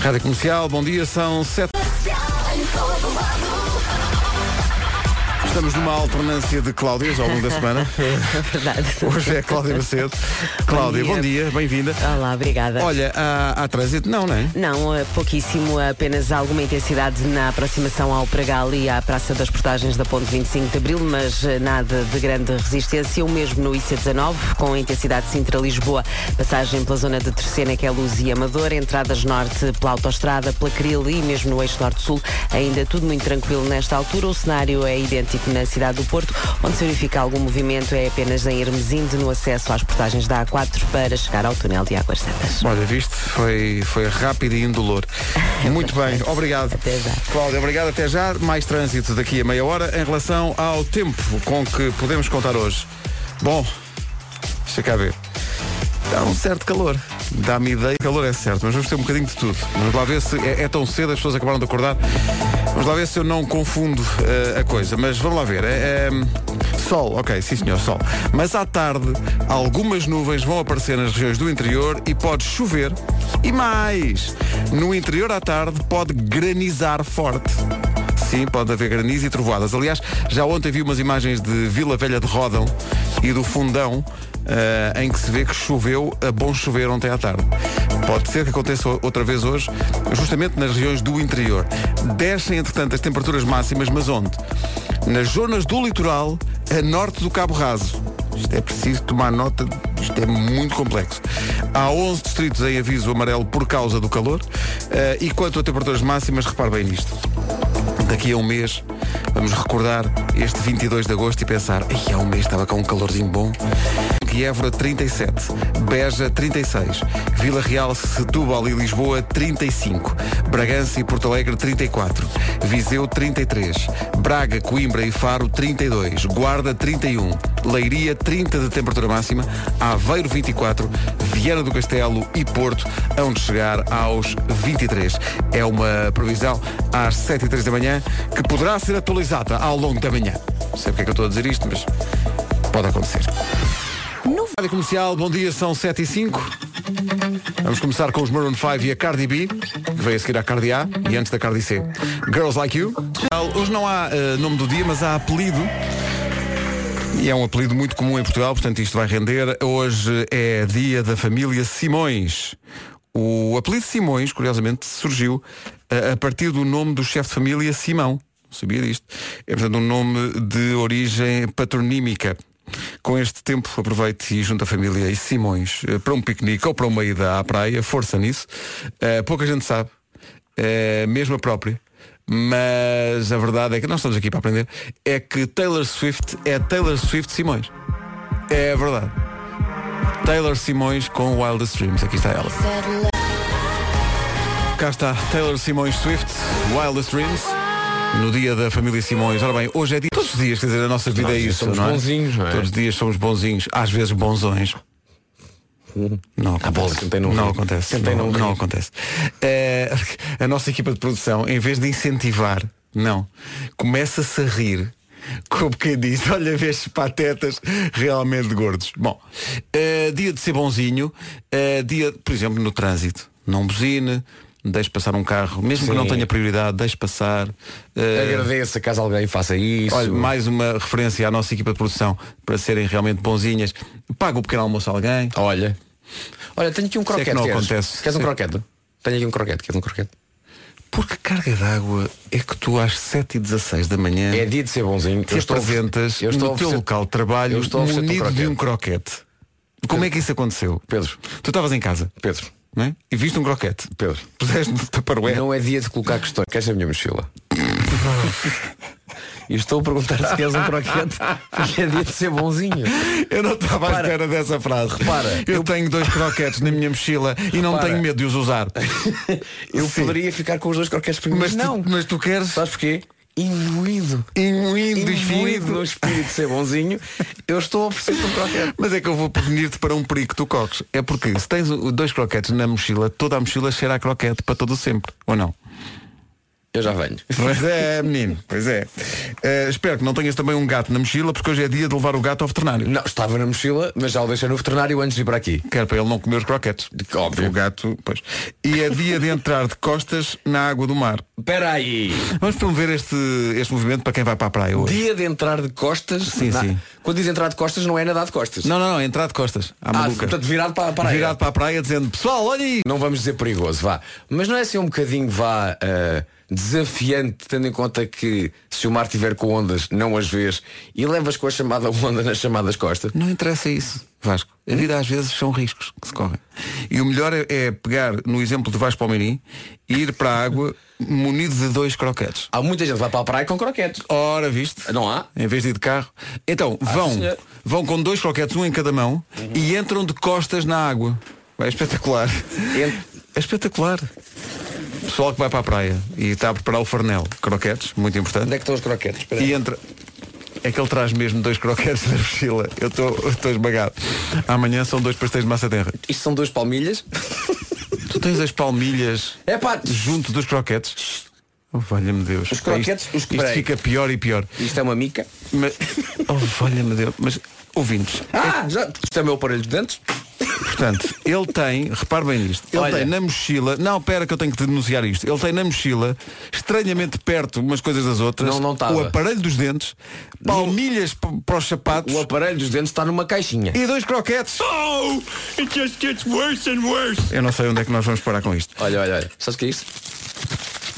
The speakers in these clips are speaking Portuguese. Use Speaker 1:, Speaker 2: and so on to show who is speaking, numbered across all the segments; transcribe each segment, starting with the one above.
Speaker 1: Rádio Comercial, bom dia, são sete. Estamos numa alternância de Cláudias ao longo da semana.
Speaker 2: Verdade.
Speaker 1: Hoje é Cláudia Macedo. Cláudia, bom
Speaker 2: Bom
Speaker 1: dia, bem-vinda.
Speaker 2: Olá, obrigada.
Speaker 1: Olha, há, há trânsito? Não, não é?
Speaker 2: Não, eh, pouquíssimo, apenas alguma intensidade na aproximação ao Pregal e à Praça das Portagens da Ponte 25 de Abril, mas eh, nada de grande resistência. O mesmo no IC19, com a intensidade Sintra-Lisboa, passagem pela zona de Terceira, que é Luz e Amador, entradas norte pela Autostrada, pela Cril e mesmo no eixo norte-sul, ainda tudo muito tranquilo nesta altura. O cenário é idêntico na cidade do Porto, onde se verifica algum movimento, é apenas em Hermesinde, no acesso às portagens da A4 para chegar ao túnel de Águas Santas.
Speaker 1: Olha, viste? Foi, foi rápido e indolor. Muito bem, obrigado.
Speaker 2: Até já.
Speaker 1: Cláudia, obrigado até já. Mais trânsito daqui a meia hora em relação ao tempo com que podemos contar hoje. Bom, deixa cá ver. Dá um certo calor. Dá-me ideia que calor é certo, mas vamos ter um bocadinho de tudo. Vamos lá ver se é, é tão cedo, as pessoas acabaram de acordar. Vamos lá ver se eu não confundo eh, a coisa, mas vamos lá ver. É, é, sol, ok, sim senhor, sol. Mas à tarde, algumas nuvens vão aparecer nas regiões do interior e pode chover. E mais, no interior à tarde pode granizar forte. Sim, pode haver granizo e trovoadas. Aliás, já ontem vi umas imagens de Vila Velha de Rodão e do Fundão, eh, em que se vê que choveu a bom chover ontem à tarde. Pode ser que aconteça o- outra vez hoje, justamente nas regiões do interior. Descem, entretanto, as temperaturas máximas, mas onde? Nas zonas do litoral, a norte do Cabo Raso. Isto é preciso tomar nota, isto é muito complexo. Há 11 distritos em aviso amarelo por causa do calor. eh, e quanto a temperaturas máximas, repare bem nisto. Daqui a um mês vamos recordar este 22 de agosto e pensar Ai, há um mês estava com um calorzinho bom. Que Évora 37, Beja 36, Vila Real, Setúbal e Lisboa 35, Bragança e Porto Alegre 34, Viseu 33, Braga, Coimbra e Faro 32, Guarda 31, Leiria 30 de temperatura máxima, Aveiro 24, Viana do Castelo e Porto, onde chegar aos 23. É uma previsão às 7 e 3 da manhã que poderá ser atualizada ao longo da manhã. Não sei porque é que eu estou a dizer isto, mas pode acontecer. Rádio Comercial, bom dia, são 7 e 5. Vamos começar com os Maroon 5 e a Cardi B, que veio a seguir à Cardi A e antes da Cardi C. Girls Like You. Hoje não há eh, nome do dia, mas há apelido. E é um apelido muito comum em Portugal, portanto isto vai render. Hoje é dia da família Simões. O apelido Simões, curiosamente, surgiu eh, a, a partir do nome do chefe de família Simão. Não sabia disto. É, portanto, um nome de origem patronímica. Com este tempo, aproveite e junto à família e Simões eh, para um piquenique ou para uma ida à praia, força nisso. Eh, pouca gente sabe, eh, mesmo a própria. Mas a verdade é que nós estamos aqui para aprender é que Taylor Swift é Taylor Swift Simões. É a verdade. Taylor Simões com Wildest Dreams. Aqui está ela. Cá está Taylor Simões Swift, Wildest Dreams. No dia da família Simões. Ora bem, hoje é dia. Todos os dias, quer dizer, a nossa vida é
Speaker 3: dias
Speaker 1: isso.
Speaker 3: somos
Speaker 1: não é?
Speaker 3: bonzinhos, não é?
Speaker 1: Todos os dias somos bonzinhos. Às vezes bonzões. Não acontece.
Speaker 3: Hum. bola, tentei não rir.
Speaker 1: acontece.
Speaker 3: Tentei
Speaker 1: não,
Speaker 3: não rir.
Speaker 1: não acontece. Eh, a nossa equipa de produção, em vez de incentivar, não, começa-se a rir. Como quem diz, olha vês patetas realmente gordos. Bom, eh, dia de ser bonzinho, eh, dia, por exemplo, no trânsito. Não buzine, deixe passar um carro, mesmo que
Speaker 3: Sim.
Speaker 1: não tenha prioridade, deixe passar. eh,
Speaker 3: Agradeça caso alguém faça isso.
Speaker 1: Olha, mais uma referência à nossa equipa de produção para serem realmente bonzinhas. Paga o pequeno almoço a alguém.
Speaker 3: Olha. Olha, tenho aqui um
Speaker 1: é
Speaker 3: croquete.
Speaker 1: que não
Speaker 3: queres?
Speaker 1: acontece.
Speaker 3: Queres um
Speaker 1: Sim.
Speaker 3: croquete? Tenho aqui um croquete. Queres um croquete?
Speaker 1: Por que carga d'água é que tu às 7h16 da manhã
Speaker 3: É dia de ser bonzinho.
Speaker 1: te apresentas
Speaker 3: eu estou a
Speaker 1: no teu
Speaker 3: oferecer-
Speaker 1: local de trabalho
Speaker 3: eu estou a oferecer-te um
Speaker 1: munido de um croquete? Como é que isso aconteceu?
Speaker 3: Pedro.
Speaker 1: Tu estavas em casa
Speaker 3: Pedro,
Speaker 1: não é? e viste um croquete.
Speaker 3: Pedro.
Speaker 1: Puseste no taparué.
Speaker 3: Não é dia de colocar questões. Queres a minha mochila? E estou a perguntar se queres um croquete porque é dia de ser bonzinho.
Speaker 1: Eu não estava à
Speaker 3: Repara.
Speaker 1: espera dessa frase.
Speaker 3: Repara.
Speaker 1: Eu, tenho dois croquetes na minha mochila e não
Speaker 3: Repara.
Speaker 1: tenho medo de os usar.
Speaker 3: Eu
Speaker 1: Sim.
Speaker 3: poderia ficar com os dois croquetes
Speaker 1: Mas,
Speaker 3: primeiros.
Speaker 1: Tu, mas tu queres
Speaker 3: Sabes porquê? Inuído.
Speaker 1: inuindo
Speaker 3: Inuído no espírito de ser bonzinho. Eu estou a oferecer-te um croquete.
Speaker 1: Mas é que eu vou prevenir-te para um perigo que tu corres. É porque se tens o- dois croquetes na mochila, toda a mochila cheira a croquete para todo o sempre, ou não?
Speaker 3: Eu já venho.
Speaker 1: Pois é, menino, pois é. Eh, espero que não tenhas também um gato na mochila, porque hoje é dia de levar o gato ao veterinário.
Speaker 3: Não, estava na mochila, mas já o deixei no veterinário antes de ir para aqui.
Speaker 1: Quero para ele não comer os croquetes.
Speaker 3: Óbvio.
Speaker 1: O gato, pois. E é dia de entrar de costas na água do mar.
Speaker 3: Espera aí.
Speaker 1: Vamos promover este, este movimento para quem vai para a praia hoje.
Speaker 3: Dia de entrar de costas.
Speaker 1: Sim,
Speaker 3: na-
Speaker 1: sim.
Speaker 3: Quando diz entrar de costas, não é nadar de costas.
Speaker 1: Não, não, não, entrar de costas. À
Speaker 3: Ah,
Speaker 1: maluca.
Speaker 3: portanto, virado para, para a
Speaker 1: Virado para a praia dizendo, pessoal, olha aí.
Speaker 3: Não vamos dizer perigoso, vá. Mas não é assim um bocadinho, vá, ah, desafiante, tendo em conta que se o mar tiver com ondas, não as vês, e levas com a chamada onda nas chamadas costas.
Speaker 1: Não interessa isso, Vasco. A vida às vezes são riscos que se correm. E o melhor é, é pegar no exemplo de Vasco Palmeirim e ir para a água munido de dois croquetes.
Speaker 3: Há muita gente que vai para a praia com croquetes.
Speaker 1: Ora, viste?
Speaker 3: Não há? Ah,
Speaker 1: Em vez de ir de carro. Então, vão,
Speaker 3: senhor. Uhum.
Speaker 1: vão com dois croquetes, um em cada mão, e entram de costas na água. É espetacular.
Speaker 3: Ent-
Speaker 1: É espetacular. Pessoal que vai para a praia e está a preparar o farnel. Croquetes, muito importante.
Speaker 3: Onde é que estão os croquetes? Espera aí.
Speaker 1: E entra. É que ele traz mesmo dois croquetes na mochila. Eu estou esmagado. Amanhã são dois pastéis de massa terra.
Speaker 3: Isto são duas palmilhas.
Speaker 1: Tu tens as palmilhas
Speaker 3: É pá,
Speaker 1: junto dos croquetes? Oh, valha-me Deus.
Speaker 3: Os croquetes,
Speaker 1: isto,
Speaker 3: os que-
Speaker 1: isto
Speaker 3: peraí.
Speaker 1: fica pior e pior.
Speaker 3: isto é uma mica.
Speaker 1: Mas, oh, valha-me Deus. Mas, ouvintes,
Speaker 3: Ah, já. Isto é o meu aparelho de dentes.
Speaker 1: portanto, ele tem, repare bem nisto, ele
Speaker 3: Olha.
Speaker 1: tem na mochila, não, pera que eu tenho que denunciar isto, ele tem na mochila, estranhamente perto umas coisas das outras,
Speaker 3: Não, não estava.
Speaker 1: o aparelho dos dentes, palmilhas p- para os sapatos
Speaker 3: O aparelho dos dentes está numa caixinha.
Speaker 1: e dois croquetes.
Speaker 4: Oh, it just gets worse and worse.
Speaker 1: Eu não sei onde é que nós vamos parar com isto.
Speaker 3: Olha, olha, olha. Sabes o que é isto?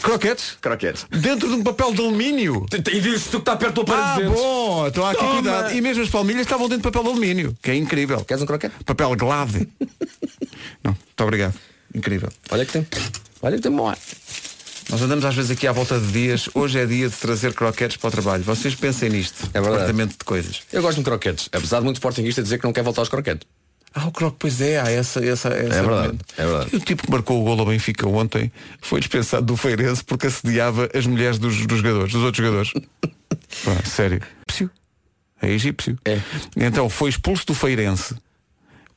Speaker 1: Croquetes?
Speaker 3: Croquetes.
Speaker 1: Dentro de um papel de alumínio.
Speaker 3: E diz-se tu que está perto do
Speaker 1: Ah,
Speaker 3: aparelho de dentes.
Speaker 1: bom, então há aqui
Speaker 3: Toma.
Speaker 1: cuidado. E mesmo as palmilhas estavam dentro de papel de alumínio, que é incrível.
Speaker 3: Queres um croquete?
Speaker 1: Papel glade. não, muito obrigado. Incrível.
Speaker 3: Olha que tem. Olha que tem bom ar.
Speaker 1: Nós andamos às vezes aqui à volta de dias. Hoje é dia de trazer croquetes para o trabalho. Vocês pensem nisto.
Speaker 3: É verdade.
Speaker 1: Departamento de coisas.
Speaker 3: Eu gosto de croquetes. Apesar de muito sportinguista dizer que não quer voltar aos croquetes.
Speaker 1: Ah, o croque, pois é, há essa, essa, essa
Speaker 3: verdade,
Speaker 1: argumento.
Speaker 3: é verdade.
Speaker 1: E o tipo que marcou o golo ao Benfica ontem foi dispensado do Feirense porque assediava as mulheres dos, dos jogadores, dos outros jogadores. Pá, sério. Egípcio. É egípcio.
Speaker 3: É.
Speaker 1: Então foi expulso do Feirense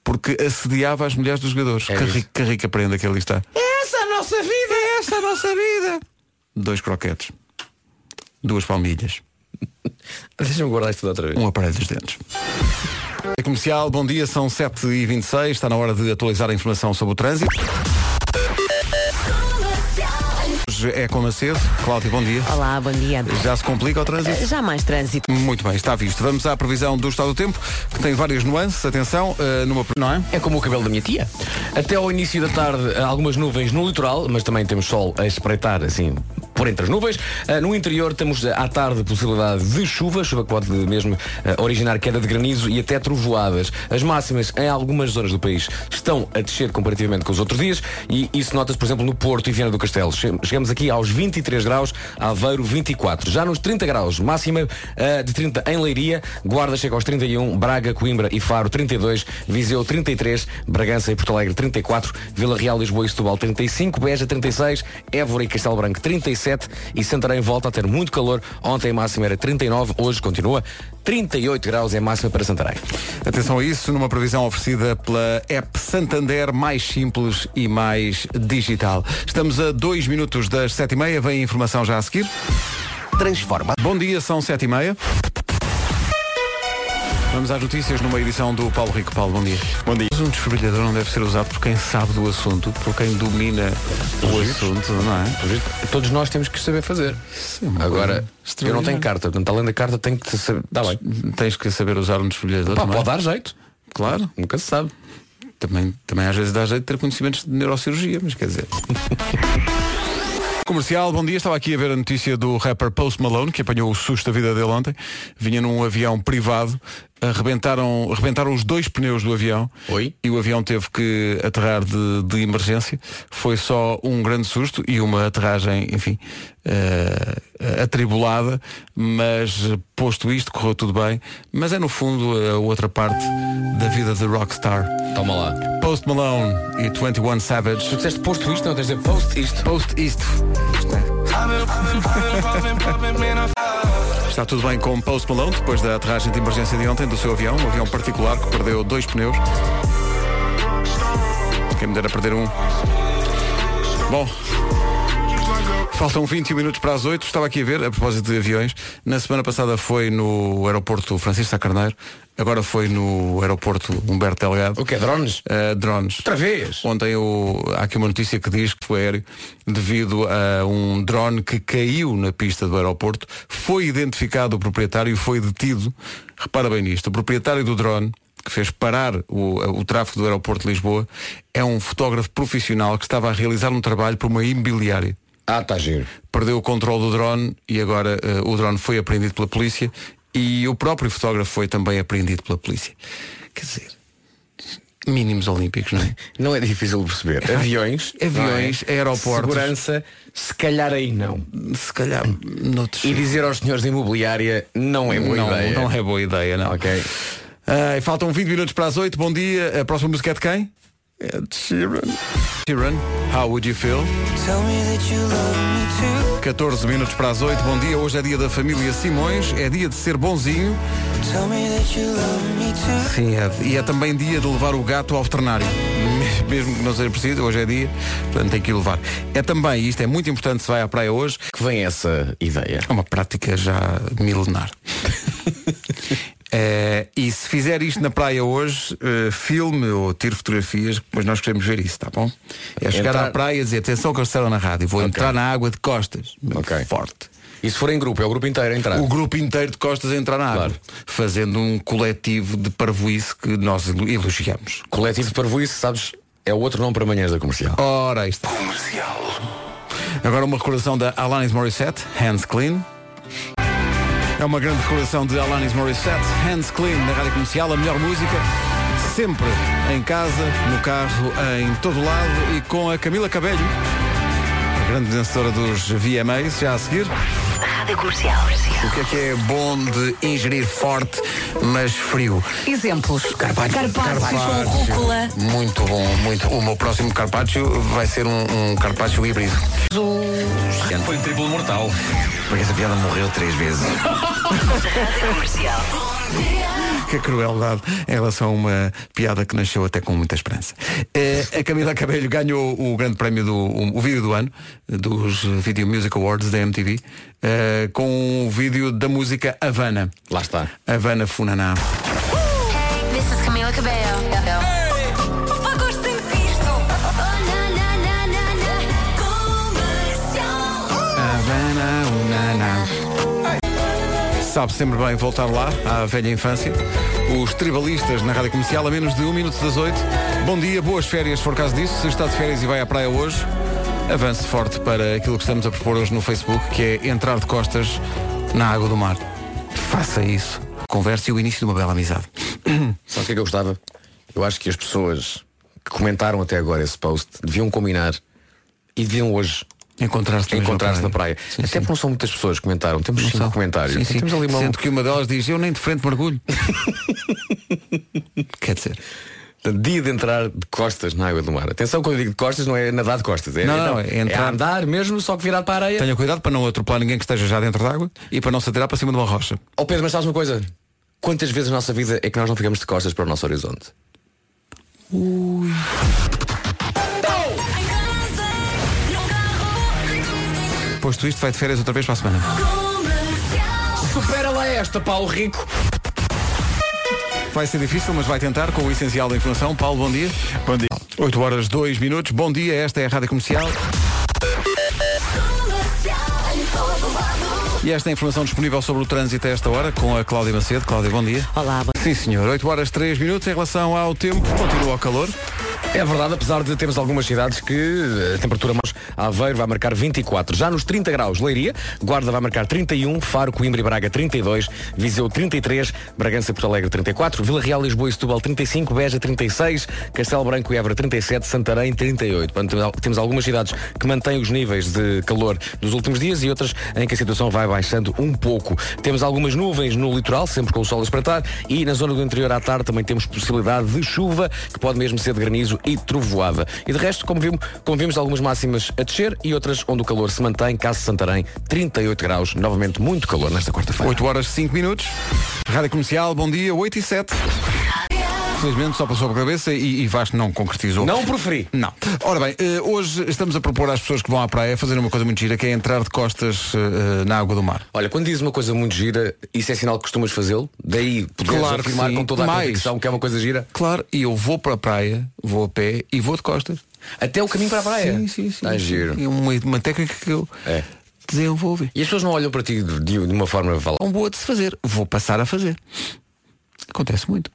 Speaker 1: porque assediava as mulheres dos jogadores.
Speaker 3: É
Speaker 1: que,
Speaker 3: isso.
Speaker 1: rica, que rica prenda que ali está.
Speaker 3: Essa é a nossa vida!
Speaker 1: Essa é a nossa vida. Dois croquetes. Duas palmilhas.
Speaker 3: Deixa-me guardar isto da outra vez.
Speaker 1: Um aparelho dos dentes. É comercial, bom dia, são 7h26, está na hora de atualizar a informação sobre o trânsito. Hoje é com Macedo. Cláudio, bom dia.
Speaker 2: Olá, bom dia.
Speaker 1: Já se complica o trânsito?
Speaker 2: Já mais trânsito.
Speaker 1: Muito bem, está visto. Vamos à previsão do estado do tempo, que tem várias nuances. Atenção, eh, numa. Não é?
Speaker 3: É como o cabelo da minha tia. Até ao início da tarde, há algumas nuvens no litoral, mas também temos sol a espreitar, assim, por entre as nuvens. Ah, No interior, temos ah, à tarde possibilidade de chuva, chuva que pode mesmo ah, originar queda de granizo e até trovoadas. As máximas em algumas zonas do país estão a descer comparativamente com os outros dias e isso nota-se, por exemplo, no Porto e Viana do Castelo. Che- Chegamos aqui aos 23 graus, Aveiro 24. Já nos 30 graus, máxima ah, de 30 em Leiria, Guarda chega aos 31, Braga, Coimbra e Faro 32, Viseu 33, Bragança e Porto Alegre 34, Vila Real, Lisboa e Setúbal 35, Beja 36, Évora e Castelo Branco 37 e Santarém volta a ter muito calor. Ontem a máxima era 39, hoje continua 38 graus é a máxima para Santarém.
Speaker 1: Atenção a isso, numa previsão oferecida pela app Santander, mais simples e mais digital. Estamos a dois minutos das 7h30, vem a informação já a seguir.
Speaker 3: Transforma.
Speaker 1: Bom dia, são sete e meia. Vamos às notícias numa edição do Paulo Rico. Paulo, bom dia.
Speaker 4: Bom dia.
Speaker 1: Mas um desfibrilhador não deve ser usado por quem sabe do assunto, por quem domina o assunto, não é?
Speaker 3: Todos nós temos que saber fazer.
Speaker 1: uma coisa
Speaker 3: Agora, eu não tenho
Speaker 1: extraordinária.
Speaker 3: carta, portanto, além da carta, tenho que saber. Está Tá bem. é?
Speaker 1: Tens que saber usar um desfibrilhador
Speaker 3: Pá,
Speaker 1: também.
Speaker 3: pode dar jeito.
Speaker 1: Claro.
Speaker 3: Nunca se sabe.
Speaker 1: Também, também às vezes dá jeito de ter conhecimentos de neurocirurgia, mas quer dizer. Comercial, bom dia. Estava aqui a ver a notícia do rapper Post Malone, que apanhou o susto da vida dele ontem. Vinha num avião privado, arrebentaram, arrebentaram os dois pneus do avião
Speaker 3: Oi?
Speaker 1: e o avião teve que aterrar de, de emergência. Foi só um grande susto e uma aterragem, enfim, eh, atribulada, mas eh, posto isto, correu tudo bem. Mas é no fundo a outra parte da vida de rockstar.
Speaker 3: Toma lá.
Speaker 1: Post Malone e 21 Savage.
Speaker 3: Tu disseste posto isto, não tens de dizer post isto.
Speaker 1: Post isto. Está tudo bem com Post Malone depois da aterragem de emergência de ontem do seu avião, um avião particular que perdeu dois pneus. Quem me dera perder um. Bom, Faltam 21 minutos para as 8. Estava aqui a ver, a propósito de aviões. Na semana passada foi no aeroporto Francisco Sá Carneiro. Agora foi no aeroporto Humberto Delgado.
Speaker 3: O quê? Drones?
Speaker 1: Eh, drones.
Speaker 3: Outra vez?
Speaker 1: Ontem o- há aqui uma notícia que diz que foi aéreo devido a um drone que caiu na pista do aeroporto. Foi identificado o proprietário e foi detido. Repara bem nisto. O proprietário do drone que fez parar o, o tráfego do aeroporto de Lisboa é um fotógrafo profissional que estava a realizar um trabalho para uma imobiliária
Speaker 3: Ah, está giro.
Speaker 1: perdeu o controle do drone e agora eh, o drone foi apreendido pela polícia e o próprio fotógrafo foi também apreendido pela polícia. Quer dizer, mínimos olímpicos, não é?
Speaker 3: Não é difícil de perceber. Aviões,
Speaker 1: Aviões,
Speaker 3: não é?
Speaker 1: aeroportos.
Speaker 3: Segurança, se calhar aí não.
Speaker 1: Se calhar noutros.
Speaker 3: E dizer aos senhores da imobiliária não é boa
Speaker 1: não,
Speaker 3: ideia.
Speaker 1: não é boa ideia, não.
Speaker 3: Ok.
Speaker 1: Ai, faltam 20 minutos para as 8. Bom dia. A próxima música é de quem? É de Sheeran. Sheeran, How Would You Feel? 14 minutos para as 8. Bom dia. Hoje é dia da família Simões. É dia de ser bonzinho. Sim, é. E é também dia de levar o gato ao veterinário. Mes- Mesmo que não seja preciso, hoje é dia, portanto tem que o levar. É também, e isto é muito importante se vai à praia hoje,
Speaker 3: Que vem essa ideia.
Speaker 1: é uma prática já milenar. Eh, e se fizer isto na praia hoje, eh, filme ou tire fotografias, pois nós queremos ver isso, tá bom? É chegar
Speaker 3: Entrar-
Speaker 1: à praia e dizer, atenção que eles disseram na rádio, vou entrar na água de costas.
Speaker 3: Ok.
Speaker 1: Forte.
Speaker 3: E se for em grupo, é o grupo inteiro a entrar.
Speaker 1: O grupo inteiro de costas a entrar na água,
Speaker 3: Claro.
Speaker 1: fazendo um coletivo de parvoíce que nós elo- elogiamos.
Speaker 3: Coletivo de Parvoíce, sabes, é o outro nome para manhãs da comercial.
Speaker 1: Ora, aí está. Agora uma recordação da Alanis Morissette, Hands Clean. É uma grande recordação de Alanis Morissette, Hands Clean, na Rádio Comercial, a melhor música, sempre em casa, no carro, em todo lado e com a Camila Cabelho, a grande vencedora dos VMAs, já a seguir.
Speaker 5: Rádio Comercial.
Speaker 1: O que é que é bom de ingerir forte, mas frio?
Speaker 6: Exemplos. Carpaccio com
Speaker 1: Carpaccio.
Speaker 6: rúcula.
Speaker 1: Muito bom, muito. O meu próximo carpaccio vai ser um, um carpaccio híbrido.
Speaker 7: Foi um triplo mortal. Porque essa piada morreu três vezes.
Speaker 5: Rádio Comercial.
Speaker 1: Que crueldade em relação a uma piada que nasceu até com muita esperança. Eh, a Camila Cabelho ganhou o grande prémio do o, o vídeo do ano, dos Video Music Awards da MTV, eh, com o vídeo da música Havana.
Speaker 3: Lá está.
Speaker 1: Havana Funaná.
Speaker 8: This is Camila Cabello. Opa, gosto tanto disto. Oh, na, na, na, na, na. Comercial.
Speaker 1: Ah. Havana, unaná. Sabe sempre bem voltar lá, à velha infância. Os tribalistas na rádio comercial, a menos de um minuto das oito. Bom dia, boas férias, se for caso disso. Se está de férias e vai à praia hoje, avance forte para aquilo que estamos a propor hoje no Facebook, que é entrar de costas na água do mar. Faça isso. Converse e o início de uma bela amizade.
Speaker 3: Sabe o que é que eu gostava? Eu acho que as pessoas que comentaram até agora esse post deviam combinar e deviam hoje
Speaker 1: Encontrar-se mesmo
Speaker 3: encontrar-se na praia.
Speaker 1: Sim,
Speaker 3: até
Speaker 1: sim.
Speaker 3: porque não são muitas pessoas que comentaram. Temos
Speaker 1: Não
Speaker 3: cinco
Speaker 1: sabe.
Speaker 3: comentários.
Speaker 1: Sim, sim.
Speaker 3: Temos ali uma...
Speaker 1: Sendo que uma delas diz, eu nem de frente mergulho. Quer dizer.
Speaker 3: Dia de entrar de costas na água do mar. Atenção, quando eu digo de costas, não é nadar de costas. É,
Speaker 1: Não, não, é entrar-
Speaker 3: andar mesmo, só que virado para a areia.
Speaker 1: Tenha cuidado para não atropelar ninguém que esteja já dentro d'água e para não se atirar para cima de uma rocha.
Speaker 3: Ó Oh, Pedro, mas sabes uma coisa? Quantas vezes na nossa vida é que nós não ficamos de costas para o nosso horizonte?
Speaker 8: Em casa, num carro.
Speaker 1: Posto isto, vai de férias outra vez para a semana.
Speaker 8: Comercial.
Speaker 3: Supera lá esta, Paulo Rico!
Speaker 1: Vai ser difícil, mas vai tentar com o essencial da informação. Paulo, bom dia. Bom dia. 8 horas, 2 minutos. Bom dia, esta é a Rádio Comercial
Speaker 8: Comercial. Em todo lado.
Speaker 1: e esta é a informação disponível sobre o trânsito a esta hora com a Cláudia Macedo. Cláudia, bom dia.
Speaker 2: Olá, bom
Speaker 1: Sim, senhor. 8 horas, 3 minutos. Em relação ao tempo, continua o calor.
Speaker 3: É verdade, apesar de termos algumas cidades que eh, a temperatura mais Aveiro vai marcar 24. Já nos 30 graus, Leiria, Guarda vai marcar 31, Faro, Coimbra e Braga 32, Viseu 33, Bragança e Porto Alegre 34, Vila Real, Lisboa e Setúbal 35, Beja 36, Castelo Branco e Évora 37, Santarém 38. Portanto, temos al- temos algumas cidades que mantêm os níveis de calor dos últimos dias e outras em que a situação vai baixando um pouco. Temos algumas nuvens no litoral, sempre com o sol a espreitar, e na zona do interior à tarde também temos possibilidade de chuva, que pode mesmo ser de granizo e trovoada. E de resto, como vimos, como vimos algumas máximas a descer e outras onde o calor se mantém, caso Santarém, 38 graus, novamente muito calor nesta quarta-feira.
Speaker 1: 8 horas, 5 minutos. Rádio Comercial, bom dia. 8 e 7. Felizmente só passou pela cabeça e, e Vasco não concretizou.
Speaker 3: Não preferi.
Speaker 1: Não. Ora bem, eh, hoje estamos a propor às pessoas que vão à praia fazer uma coisa muito gira, que é entrar de costas eh, na água do mar.
Speaker 3: Olha, quando dizes uma coisa muito gira, isso é sinal que costumas fazê-lo. Daí poderes
Speaker 1: Claro que
Speaker 3: afirmar
Speaker 1: sim.
Speaker 3: com toda a
Speaker 1: Mais.
Speaker 3: convicção que é uma coisa gira.
Speaker 1: Claro, e eu vou para a praia, vou a pé e vou de costas.
Speaker 3: Até o caminho para a praia.
Speaker 1: Sim, sim, sim.
Speaker 3: Ah, giro.
Speaker 1: É uma, uma técnica que eu
Speaker 3: É.
Speaker 1: desenvolvi.
Speaker 3: E as pessoas não olham para ti de, de uma forma falar.
Speaker 1: Tão boa de se fazer. Vou passar a fazer. Acontece muito.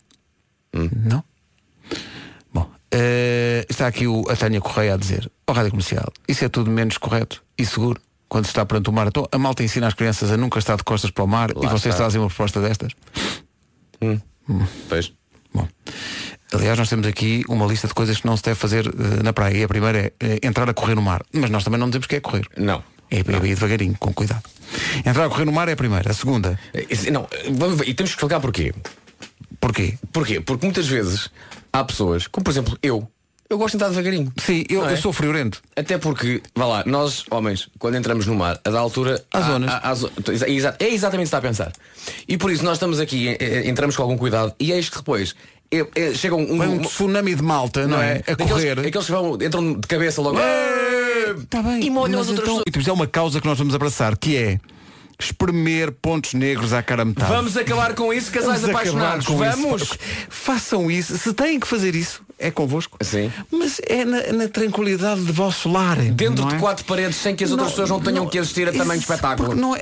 Speaker 3: Hum.
Speaker 1: Não? Bom, eh, está aqui o, a Tânia Correia a dizer, ó Rádio Comercial, isso é tudo menos correto e seguro quando se está perante o mar. Então, a malta ensina as crianças a nunca estar de costas para o mar e vocês
Speaker 3: está.
Speaker 1: trazem uma proposta destas?
Speaker 3: Pois.
Speaker 1: Bom. Aliás, nós temos aqui uma lista de coisas que não se deve fazer eh, na praia. E a primeira é eh, entrar a correr no mar. Mas nós também não dizemos que é correr.
Speaker 3: Não.
Speaker 1: É, é ir devagarinho, com cuidado. Entrar a correr no mar é a primeira. A segunda,
Speaker 3: Esse- Não, vamos ver. E temos que explicar porquê.
Speaker 1: porquê?
Speaker 3: Porquê? Porque muitas vezes há pessoas, como por exemplo eu, eu gosto de andar devagarinho.
Speaker 1: Sim, eu,
Speaker 3: Não é?
Speaker 1: eu sou friorento.
Speaker 3: Até porque, vá lá, nós, homens, quando entramos no mar, a da altura.
Speaker 1: Há
Speaker 3: há-
Speaker 1: zonas.
Speaker 3: há- há zo- exa- exa- É exatamente o que está a pensar. E por isso nós estamos aqui, eh, eh, entramos com algum cuidado e eis que depois eh, eh, chega um.
Speaker 1: Foi um
Speaker 3: um-
Speaker 1: tsunami de malta, não, é? A
Speaker 3: Daqueles-
Speaker 1: correr.
Speaker 3: Aqueles que vão, entram de cabeça logo.
Speaker 1: Tá bem,
Speaker 3: e molham
Speaker 1: mas
Speaker 3: as outras
Speaker 1: então-
Speaker 3: pessoas.
Speaker 1: E temos- é uma causa que nós vamos abraçar, que é espremer pontos negros à cara metade.
Speaker 3: Vamos acabar com isso, casais
Speaker 1: Vamos acabar
Speaker 3: apaixonados.
Speaker 1: com isso.
Speaker 3: Vamos!
Speaker 1: Façam isso. Se têm que fazer isso, é convosco.
Speaker 3: Sim.
Speaker 1: Mas é na, na tranquilidade de vosso lar.
Speaker 3: Dentro
Speaker 1: não
Speaker 3: de
Speaker 1: é?
Speaker 3: quatro paredes, sem que as outras pessoas não tenham que assistir a tamanho
Speaker 1: Isso,
Speaker 3: espetáculo.
Speaker 1: porque Não, é,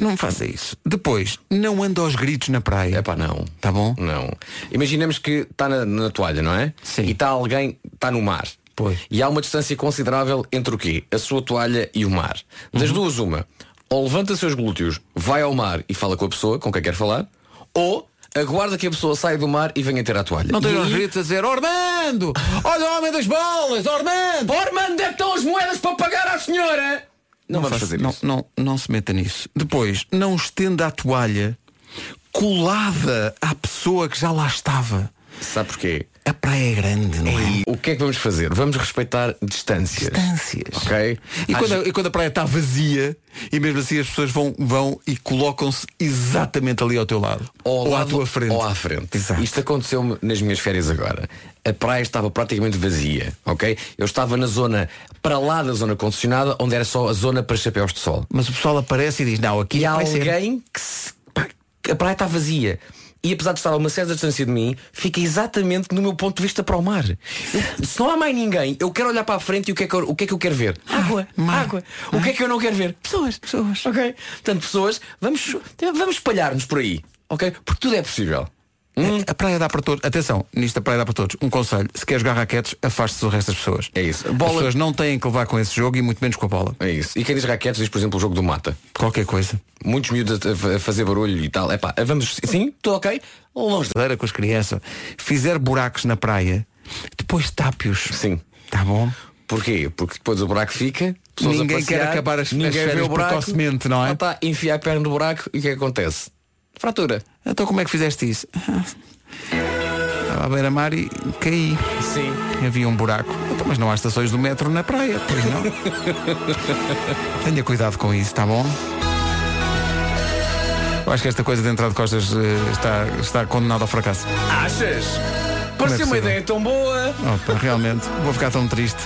Speaker 1: não faça isso. Depois, não anda aos gritos na praia.
Speaker 3: É pá, não.
Speaker 1: Tá bom?
Speaker 3: Não. Imaginemos que está na, na toalha, não é?
Speaker 1: Sim.
Speaker 3: E está alguém, está no mar.
Speaker 1: Pois.
Speaker 3: E há uma distância considerável entre o quê? A sua toalha e o mar.
Speaker 1: Uhum.
Speaker 3: Das duas, uma. Ou levanta seus glúteos, vai ao mar e fala com a pessoa com quem quer falar, ou aguarda que a pessoa saia do mar e venha ter a toalha.
Speaker 1: Não
Speaker 3: E
Speaker 1: tenham
Speaker 3: aí-
Speaker 1: aos gritos a dizer, Ormando! Olha o homem das bolas, Ormando!
Speaker 3: Bora, mano, onde é que estão as moedas para pagar à senhora? Não, vamos
Speaker 1: faça-
Speaker 3: fazer
Speaker 1: não,
Speaker 3: isso.
Speaker 1: Não, não se meta nisso. Depois, não estenda a toalha colada à pessoa que já lá estava.
Speaker 3: Sabe porquê?
Speaker 1: A praia é grande, não é?
Speaker 3: E o que é que vamos fazer? Vamos respeitar distâncias.
Speaker 1: Distâncias.
Speaker 3: Ok?
Speaker 1: E
Speaker 3: Às
Speaker 1: quando, a, e quando a praia está vazia e mesmo assim as pessoas vão, vão e colocam-se exatamente ali ao teu lado.
Speaker 3: ao
Speaker 1: à
Speaker 3: lado
Speaker 1: tua frente.
Speaker 3: Ou à frente.
Speaker 1: Exato.
Speaker 3: Isto é- aconteceu-me nas minhas férias agora. A praia estava praticamente vazia, ok? Eu estava na zona, para lá da zona concessionada, onde era só a zona para chapéus de sol.
Speaker 1: Mas o pessoal aparece e diz, não, aqui
Speaker 3: E há
Speaker 1: vai ser.
Speaker 3: alguém que se- pá, a praia está vazia. E apesar de estar a uma certa distância de mim, fica exatamente no meu ponto de vista para o mar. Eu- se não há mais ninguém, eu quero olhar para a frente e o que é que eu, o que, é que eu quero ver? Água,
Speaker 1: mar.
Speaker 3: água. O que é que eu não quero ver? Pessoas, pessoas. Ok? Portanto, pessoas, vamos, vamos espalhar-nos por aí. Ok? Porque tudo é possível. Hum?
Speaker 1: A praia dá para todos. Atenção, nisto a praia dá para todos. Um conselho, se queres jogar raquetes, afaste-se do resto das pessoas.
Speaker 3: É isso.
Speaker 1: As
Speaker 3: Bola-
Speaker 1: pessoas não têm que levar com esse jogo e muito menos com a bola.
Speaker 3: É isso. E quem diz raquetes diz, por exemplo, o jogo do mata.
Speaker 1: Qualquer coisa.
Speaker 3: Muitos miúdos a, a- a fazer barulho e tal. É pá, vamos. Sim, estou ok? Longe.
Speaker 1: brincadeira com as crianças, fizer buracos na praia, depois tápios.
Speaker 3: Sim.
Speaker 1: Tá bom?
Speaker 3: Porquê? Porque depois o buraco fica. pessoas
Speaker 1: Ninguém
Speaker 3: a passear,
Speaker 1: quer acabar as- as
Speaker 3: ninguém vê
Speaker 1: férias
Speaker 3: o buraco,
Speaker 1: precocemente, não é?
Speaker 3: Ah, tá, enfia a perna no buraco e o que é que acontece? Fratura.
Speaker 1: Então como é que fizeste isso? Estava à beira-mar e caí.
Speaker 3: Sim.
Speaker 1: Havia um buraco. Então, mas não há estações do metro na praia, pois não? Tenha cuidado com isso, tá bom? Eu acho que esta coisa de entrar de costas eh, está, está condenada ao fracasso.
Speaker 3: Achas?
Speaker 1: Não é
Speaker 3: Pareceu
Speaker 1: possível.
Speaker 3: uma ideia tão boa.
Speaker 1: Opa, realmente, vou ficar tão triste.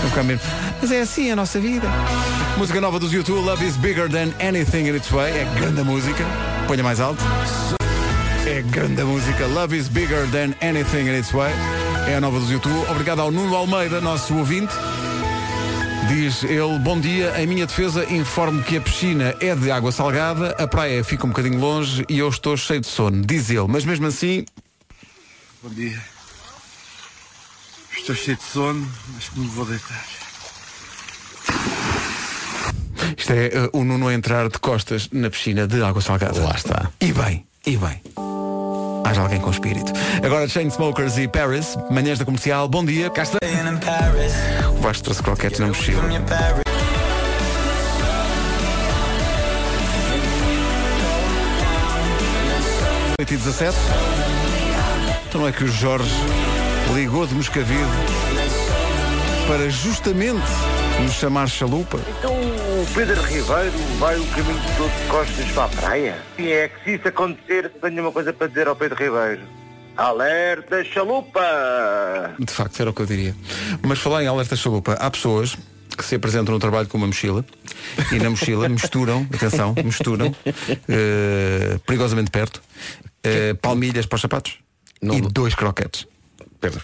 Speaker 1: Vou ficar mesmo. Mas é assim a nossa vida. Música nova dos YouTube, Love is Bigger Than Anything in Its Way. É grande música. Ponha mais alto. É grande música. Love is Bigger Than Anything in Its Way. É a nova dos YouTube. Obrigado ao Nuno Almeida, nosso ouvinte. Diz ele, bom dia, em minha defesa informo que a piscina é de água salgada, a praia fica um bocadinho longe e eu estou cheio de sono, diz ele. Mas mesmo assim,
Speaker 9: Bom dia. Estou cheio de sono, acho que me vou deitar.
Speaker 1: Isto é eh, o Nuno a entrar de costas na piscina de água salgada.
Speaker 3: Lá está.
Speaker 1: E bem, e bem. Haja alguém com espírito. Agora Chain Smokers e Paris, manhãs da comercial, bom dia. Cá está. O Vasco trouxe croquetes na mochila. Oito e 17. Então não é que o Jorge ligou de Moscavide para justamente nos chamar chalupa?
Speaker 10: Então o Pedro Ribeiro vai o caminho todo de costas para a praia? Sim, é que se isso acontecer, tenho uma coisa para dizer ao Pedro Ribeiro. Alerta chalupa!
Speaker 1: De facto, era o que eu diria. Mas falar em alerta chalupa, há pessoas que se apresentam no trabalho com uma mochila e na mochila misturam, atenção, misturam, eh, perigosamente perto, eh, palmilhas para os sapatos e dois croquetes.
Speaker 3: Pedro,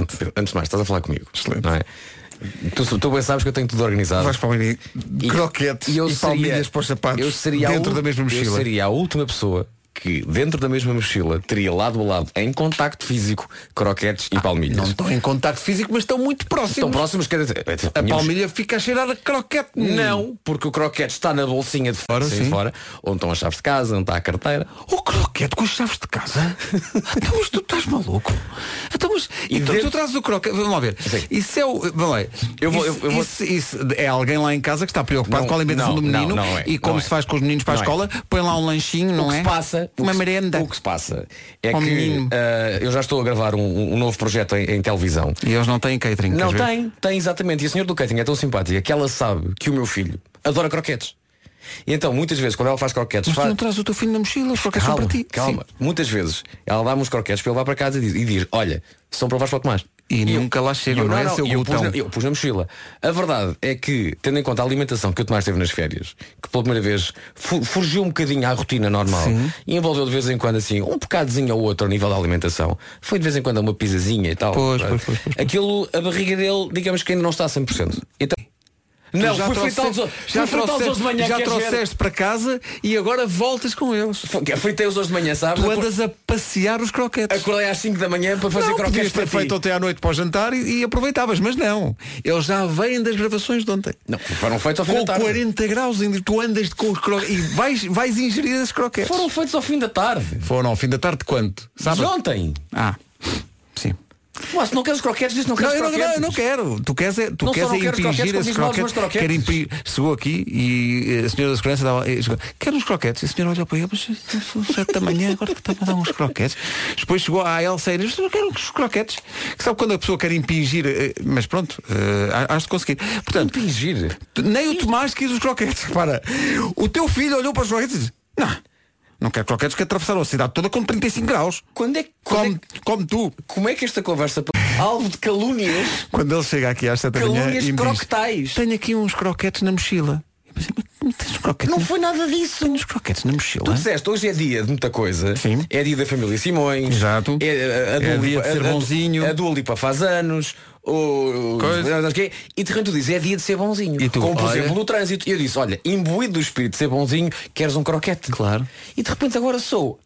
Speaker 3: antes, Pedro, antes de mais, estás a falar comigo. Excelente. Não é? Tu, tu bem sabes que eu tenho tudo organizado.
Speaker 1: Vais para o menino. Croquetes Ah. e, palmilhas para os sapatos
Speaker 3: eu seria a
Speaker 1: dentro
Speaker 3: ul-
Speaker 1: da mesma
Speaker 3: Eu
Speaker 1: mochila.
Speaker 3: seria a última pessoa que dentro da mesma mochila teria lado a lado, em contacto físico, croquetes e palmilhas.
Speaker 1: Ah, Não estão em contacto físico, mas estão muito próximos.
Speaker 3: Estão próximos, quer dizer,
Speaker 1: A
Speaker 3: tínhamos-
Speaker 1: palmilha fica a cheirar a croquete.
Speaker 3: Não, porque o croquete está na bolsinha de fora, sim,
Speaker 1: sim.
Speaker 3: fora, onde estão as chaves de casa, onde está a carteira.
Speaker 1: O Oh, croquete com as chaves de casa? então, mas tu estás maluco? Então, mas,
Speaker 3: E
Speaker 1: então
Speaker 3: dentro-
Speaker 1: tu trazes o croquete. Vamos lá ver. Isso é o. Vamos lá.
Speaker 3: Eu vou-
Speaker 1: isso,
Speaker 3: eu- eu vou-
Speaker 1: isso- isso é alguém lá em casa que está preocupado
Speaker 3: Não,
Speaker 1: com a alimentação do
Speaker 3: não,
Speaker 1: menino
Speaker 3: não, não é,
Speaker 1: e como
Speaker 3: não é.
Speaker 1: se faz com os meninos para a
Speaker 3: Não é.
Speaker 1: escola, põe lá um lanchinho, não
Speaker 3: o que
Speaker 1: é?
Speaker 3: se passa o
Speaker 1: Uma
Speaker 3: que se-
Speaker 1: merenda.
Speaker 3: o que se passa é
Speaker 1: Ao
Speaker 3: que
Speaker 1: menino.
Speaker 3: eh, eu já estou a gravar um, um novo projeto em- em televisão
Speaker 1: E eles não têm catering.
Speaker 3: Não
Speaker 1: queres ver?
Speaker 3: tem, tem exatamente. E a senhora do catering é tão simpática que ela sabe que o meu filho adora croquetes. E então, muitas vezes, quando ela faz croquetes,
Speaker 1: Mas tu
Speaker 3: faz.
Speaker 1: não trazes o teu filho na mochila, os croquetes são
Speaker 3: Calma,
Speaker 1: para ti.
Speaker 3: calma.
Speaker 1: Sim.
Speaker 3: Muitas vezes ela dá-me uns croquetes para eu levar para casa e diz, e diz, olha, são para levar para o Tomás.
Speaker 1: E
Speaker 3: eu-
Speaker 1: nunca lá chegam,
Speaker 3: eu-
Speaker 1: não é, seu
Speaker 3: eu pus,
Speaker 1: glutão?
Speaker 3: na, eu pus na mochila. A verdade é que, tendo em conta a alimentação que o Tomás teve nas férias, que pela primeira vez fu- fugiu um bocadinho à rotina normal e envolveu de vez em quando assim um bocadozinho ou outro ao nível da alimentação, foi de vez em quando a uma pizzazinha e tal. é?
Speaker 1: Pois, pois, pois, pois.
Speaker 3: Aquilo, a barriga dele, digamos que ainda não está a 100%. Então, não,
Speaker 1: Tu
Speaker 3: fui
Speaker 1: trouxeste-
Speaker 3: fritá-los hoje-
Speaker 1: já
Speaker 3: fui fritá-los hoje
Speaker 1: trouxeste,
Speaker 3: de manhã. é
Speaker 1: já
Speaker 3: queres ver?
Speaker 1: trouxeste para casa e agora voltas com eles.
Speaker 3: Fritei-os hoje de manhã, sabes?
Speaker 1: Tu andas a passear os croquetes.
Speaker 3: Acordei às 5 da manhã para fazer
Speaker 1: não,
Speaker 3: croquetes
Speaker 1: podias
Speaker 3: para
Speaker 1: ter feito
Speaker 3: ti.
Speaker 1: ontem à noite para o jantar e, e aproveitavas, mas não. Eles já vêm das gravações de ontem.
Speaker 3: Não, foram feitos ao fim
Speaker 1: Com
Speaker 3: da tarde.
Speaker 1: 40 graus ainda tu andas com os croquetes e vais, vais ingerir esses croquetes.
Speaker 3: Foram feitos ao fim da tarde.
Speaker 1: Foram ao fim da tarde quanto? Sabe?
Speaker 3: De ontem.
Speaker 1: Ah, sim.
Speaker 3: Mas se não queres croquetes, diz que não
Speaker 1: Não
Speaker 3: queres
Speaker 1: eu, não,
Speaker 3: croquetes.
Speaker 1: não, eu não quero. Tu queres é, tu
Speaker 3: Não, só
Speaker 1: queres
Speaker 3: não
Speaker 1: é
Speaker 3: quero
Speaker 1: impingir
Speaker 3: croquetes, como
Speaker 1: esses
Speaker 3: diz mal dos
Speaker 1: croquetes.
Speaker 3: meus
Speaker 1: Quero
Speaker 3: croquetes.
Speaker 1: impingir. Chegou aqui e eh, a senhora da segurança dava. eh, chegou, Quero uns croquetes. E a senhora olhou para ele, mas eh, são sete da manhã, agora que estava a dar uns croquetes. Depois chegou à Elsa e disse, eu quero uns croquetes. Que sabe quando a pessoa quer impingir, eh, mas pronto, eh, há- hás de conseguir. Portanto,
Speaker 3: Impingir.
Speaker 1: tu- nem o Tomás quis os croquetes. Para. O teu filho olhou para os croquetes e disse, não, não quero croquetes que atravessaram a cidade toda com 35 graus.
Speaker 3: Quando é, que- quando é
Speaker 1: Como,
Speaker 3: que-
Speaker 1: como tu.
Speaker 3: como é que esta conversa alvo de calúnias?
Speaker 1: Quando ele chega aqui às 7 da manhã
Speaker 3: Calúnias
Speaker 1: e me
Speaker 3: croquetais.
Speaker 1: diz, tenho aqui uns croquetes na mochila. Eu pensei, mas não tens croquetes?
Speaker 3: Não
Speaker 1: na-
Speaker 3: foi nada disso.
Speaker 1: Tenho uns croquetes na mochila.
Speaker 3: Tu disseste, hoje é dia de muita coisa.
Speaker 1: Sim.
Speaker 3: É dia da família Simões.
Speaker 1: Exato.
Speaker 3: É, a, a,
Speaker 1: É
Speaker 3: Dua
Speaker 1: dia
Speaker 3: Lipa-
Speaker 1: de ser
Speaker 3: a- a-
Speaker 1: bonzinho.
Speaker 3: A Dua Lipa faz anos. O,
Speaker 1: Coisa.
Speaker 3: não sei o quê. E de repente tu dizes, é dia de ser bonzinho.
Speaker 1: E tu,
Speaker 3: Como por
Speaker 1: olha.
Speaker 3: exemplo no trânsito. E eu disse, olha, imbuído do espírito de ser bonzinho, queres um croquete.
Speaker 1: Claro.
Speaker 3: E de repente agora sou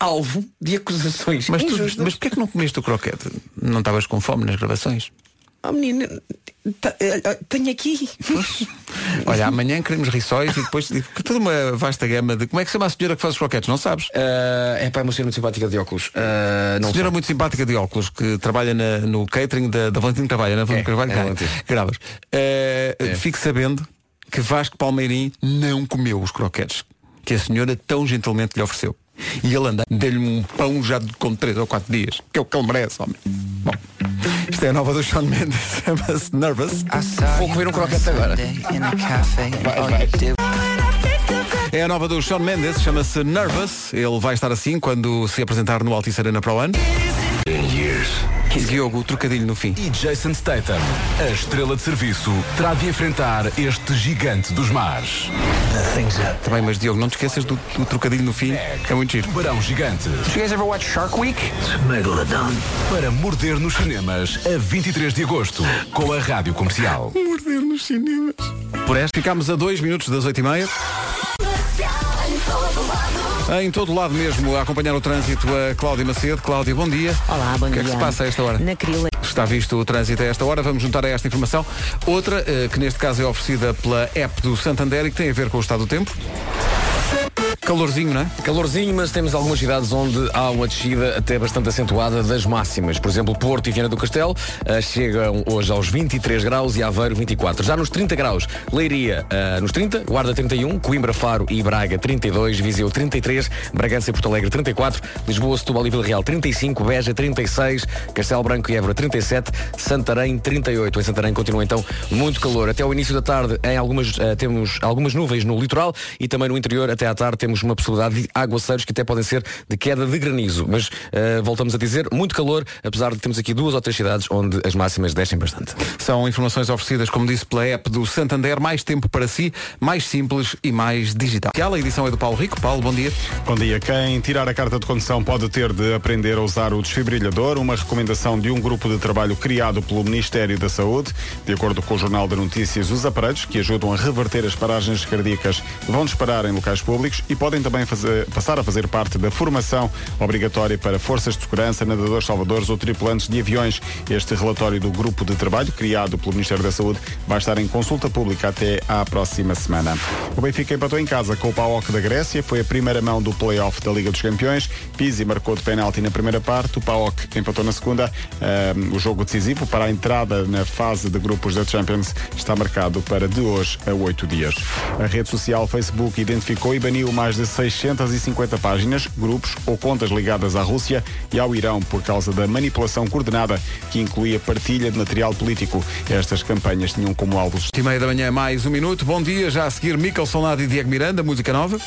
Speaker 3: alvo de acusações
Speaker 1: Mas, tu,
Speaker 3: injustas.
Speaker 1: mas porquê é que não comeste o croquete? Não estavas com fome nas gravações?
Speaker 3: Oh menino, tá- eh, eh, tenho aqui.
Speaker 1: Olha, amanhã queremos rissóis e depois que toda uma vasta gama de como é que se chama a senhora que faz os croquetes, não sabes?
Speaker 3: Eh, é para uma senhora muito simpática de óculos. Eh, não
Speaker 1: senhora muito simpática de óculos que trabalha na- no catering da, da Valentina Carvalho, na Valentina
Speaker 3: É,
Speaker 1: Carvalho,
Speaker 3: é
Speaker 1: cara,
Speaker 3: Valentina.
Speaker 1: gravas. Eh, Fique sabendo que Vasco Palmeirim não comeu os croquetes que a senhora tão gentilmente lhe ofereceu. E ele anda, dê-lhe um pão já de- com 3 ou 4 dias, que é o que ele merece, homem. Bom, isto é a nova do Sean Mendes, chama-se Nervous.
Speaker 3: Vou comer um croquete agora.
Speaker 1: É a nova do Sean Mendes, chama-se Nervous. Ele vai estar assim quando se apresentar no Altice Arena para o ano. Diogo, o trocadilho no fim.
Speaker 11: E Jason Statham, a estrela de serviço, terá de enfrentar este gigante dos mares.
Speaker 1: Também, mas Diogo, não te esqueças do, do trocadilho no fim. É muito giro.
Speaker 11: Tubarão gigante. Para morder nos cinemas a 23 de agosto, com a rádio comercial.
Speaker 1: Morder nos cinemas. Por esta, ficámos a dois minutos das oito e meia. Em todo lado mesmo, a acompanhar o trânsito, a Cláudia Macedo. Cláudia, bom dia.
Speaker 2: Olá, bom
Speaker 1: O que
Speaker 2: dia.
Speaker 1: é que se passa a esta hora?
Speaker 2: Na Crila.
Speaker 1: Está visto o trânsito a esta hora, vamos juntar a esta informação. Outra, eh, que neste caso é oferecida pela app do Santander e que tem a ver com o estado do tempo. Calorzinho, não é?
Speaker 3: Calorzinho, mas temos algumas cidades onde há uma descida até bastante acentuada das máximas. Por exemplo, Porto e Viana do Castelo eh, chegam hoje aos 23 graus e Aveiro 24. Já nos 30 graus, Leiria eh, nos 30, Guarda 31, Coimbra, Faro e Braga 32, Viseu 33, Bragança e Porto Alegre 34, Lisboa, Setúbal e Vila Real 35, Beja 36, Castelo Branco e Évora 37, Santarém 38. Em Santarém continua então muito calor. Até ao início da tarde em algumas, eh, temos algumas nuvens no litoral e também no interior até à tarde temos temos uma possibilidade de aguaceiros que até podem ser de queda de granizo. Mas eh, voltamos a dizer, muito calor, apesar de termos aqui duas ou três cidades onde as máximas descem bastante.
Speaker 1: São informações oferecidas, como disse, pela app do Santander. Mais tempo para si, mais simples e mais digital. Aquela edição é do Paulo Rico. Paulo, bom dia.
Speaker 12: Bom dia. Quem tirar a carta de condução pode ter de aprender a usar o desfibrilhador, uma recomendação de um grupo de trabalho criado pelo Ministério da Saúde. De acordo com o Jornal de Notícias, os aparelhos que ajudam a reverter as paragens cardíacas vão disparar em locais públicos e podem também fazer- passar a fazer parte da formação obrigatória para forças de segurança, nadadores salvadores ou tripulantes de aviões. Este relatório do grupo de trabalho criado pelo Ministério da Saúde vai estar em consulta pública até à próxima semana. O Benfica empatou em casa com o PAOK da Grécia, foi a primeira mão do play-off da Liga dos Campeões. Pizzi marcou de penalti na primeira parte, o PAOK empatou na segunda. Ahm, o jogo decisivo para a entrada na fase de grupos da Champions está marcado para de hoje a oito dias. A rede social Facebook identificou e baniu mais de 650 páginas, grupos ou contas ligadas à Rússia e ao Irão por causa da manipulação coordenada que incluía partilha de material político. Estas campanhas tinham como alvos
Speaker 1: E meia da manhã, mais um minuto. Bom dia. Já a seguir, Miquel Solnado e Diego Miranda, música nova.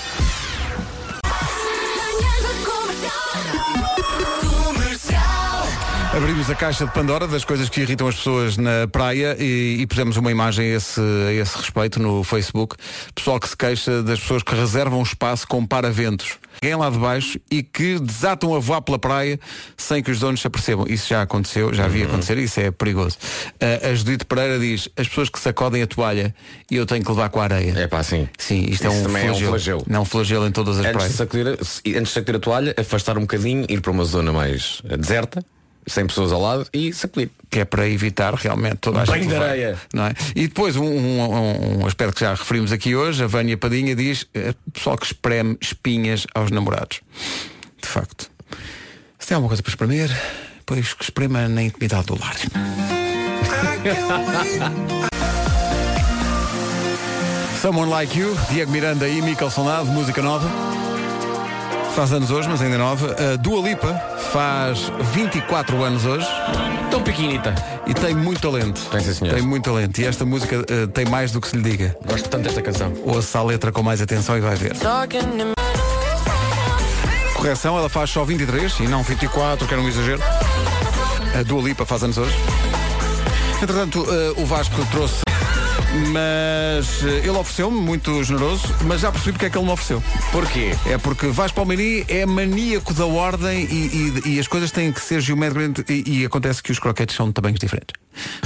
Speaker 1: Abrimos a caixa de Pandora das coisas que irritam as pessoas na praia e, e pusemos uma imagem a esse, a esse respeito no Facebook. Pessoal que se queixa das pessoas que reservam espaço com paraventos. Alguém lá de baixo e que desatam a voar pela praia sem que os donos se apercebam. Isso já aconteceu, já
Speaker 3: Uhum.
Speaker 1: havia acontecer, isso é perigoso. Ah, a Judite Pereira diz, as pessoas que sacodem a toalha e eu tenho que levar com a areia. É
Speaker 3: pá, sim.
Speaker 1: Sim, isto
Speaker 3: Isso
Speaker 1: é, um
Speaker 3: também é um
Speaker 1: flagelo.
Speaker 3: flagelo.
Speaker 1: Não, um flagelo em todas as
Speaker 3: Antes de,
Speaker 1: praias.
Speaker 3: sacudir, a- se- antes de sacudir a toalha, afastar um bocadinho, ir para uma zona mais eh, deserta, sem pessoas ao lado e sacudir.
Speaker 1: Que é para evitar realmente toda a
Speaker 3: Um Banho
Speaker 1: gente
Speaker 3: de
Speaker 1: levar.
Speaker 3: areia.
Speaker 1: Não é? E depois um, um- um aspecto que já referimos aqui hoje, a Vânia Padinha diz eh, pessoal que espreme espinhas aos namorados. De facto. Se tem alguma coisa para espremer, pois que esprema na intimidade do lar. Someone Like You, Diego Miranda e Miquel Sonado, música nova. Faz anos hoje, mas ainda nova. A Dua Lipa faz 24 anos hoje.
Speaker 3: Tão pequenita.
Speaker 1: E tem muito talento. Tem,
Speaker 3: senhora.
Speaker 1: muito talento. E esta música eh, tem mais do que se lhe diga.
Speaker 3: Gosto tanto desta canção.
Speaker 1: Ouça a letra com mais atenção e vai ver. Correção, ela faz só 23 e não 24, que era um exagero. A Dua Lipa faz anos hoje. Entretanto, eh, o Vasco trouxe, mas eh, ele ofereceu-me, muito generoso, mas já percebi porque é que ele me ofereceu.
Speaker 3: Porquê?
Speaker 1: É porque Vasco Palmeirim é maníaco da ordem e, e- e as coisas têm que ser geometricamente. E, e acontece que os croquetes são de tamanhos diferentes.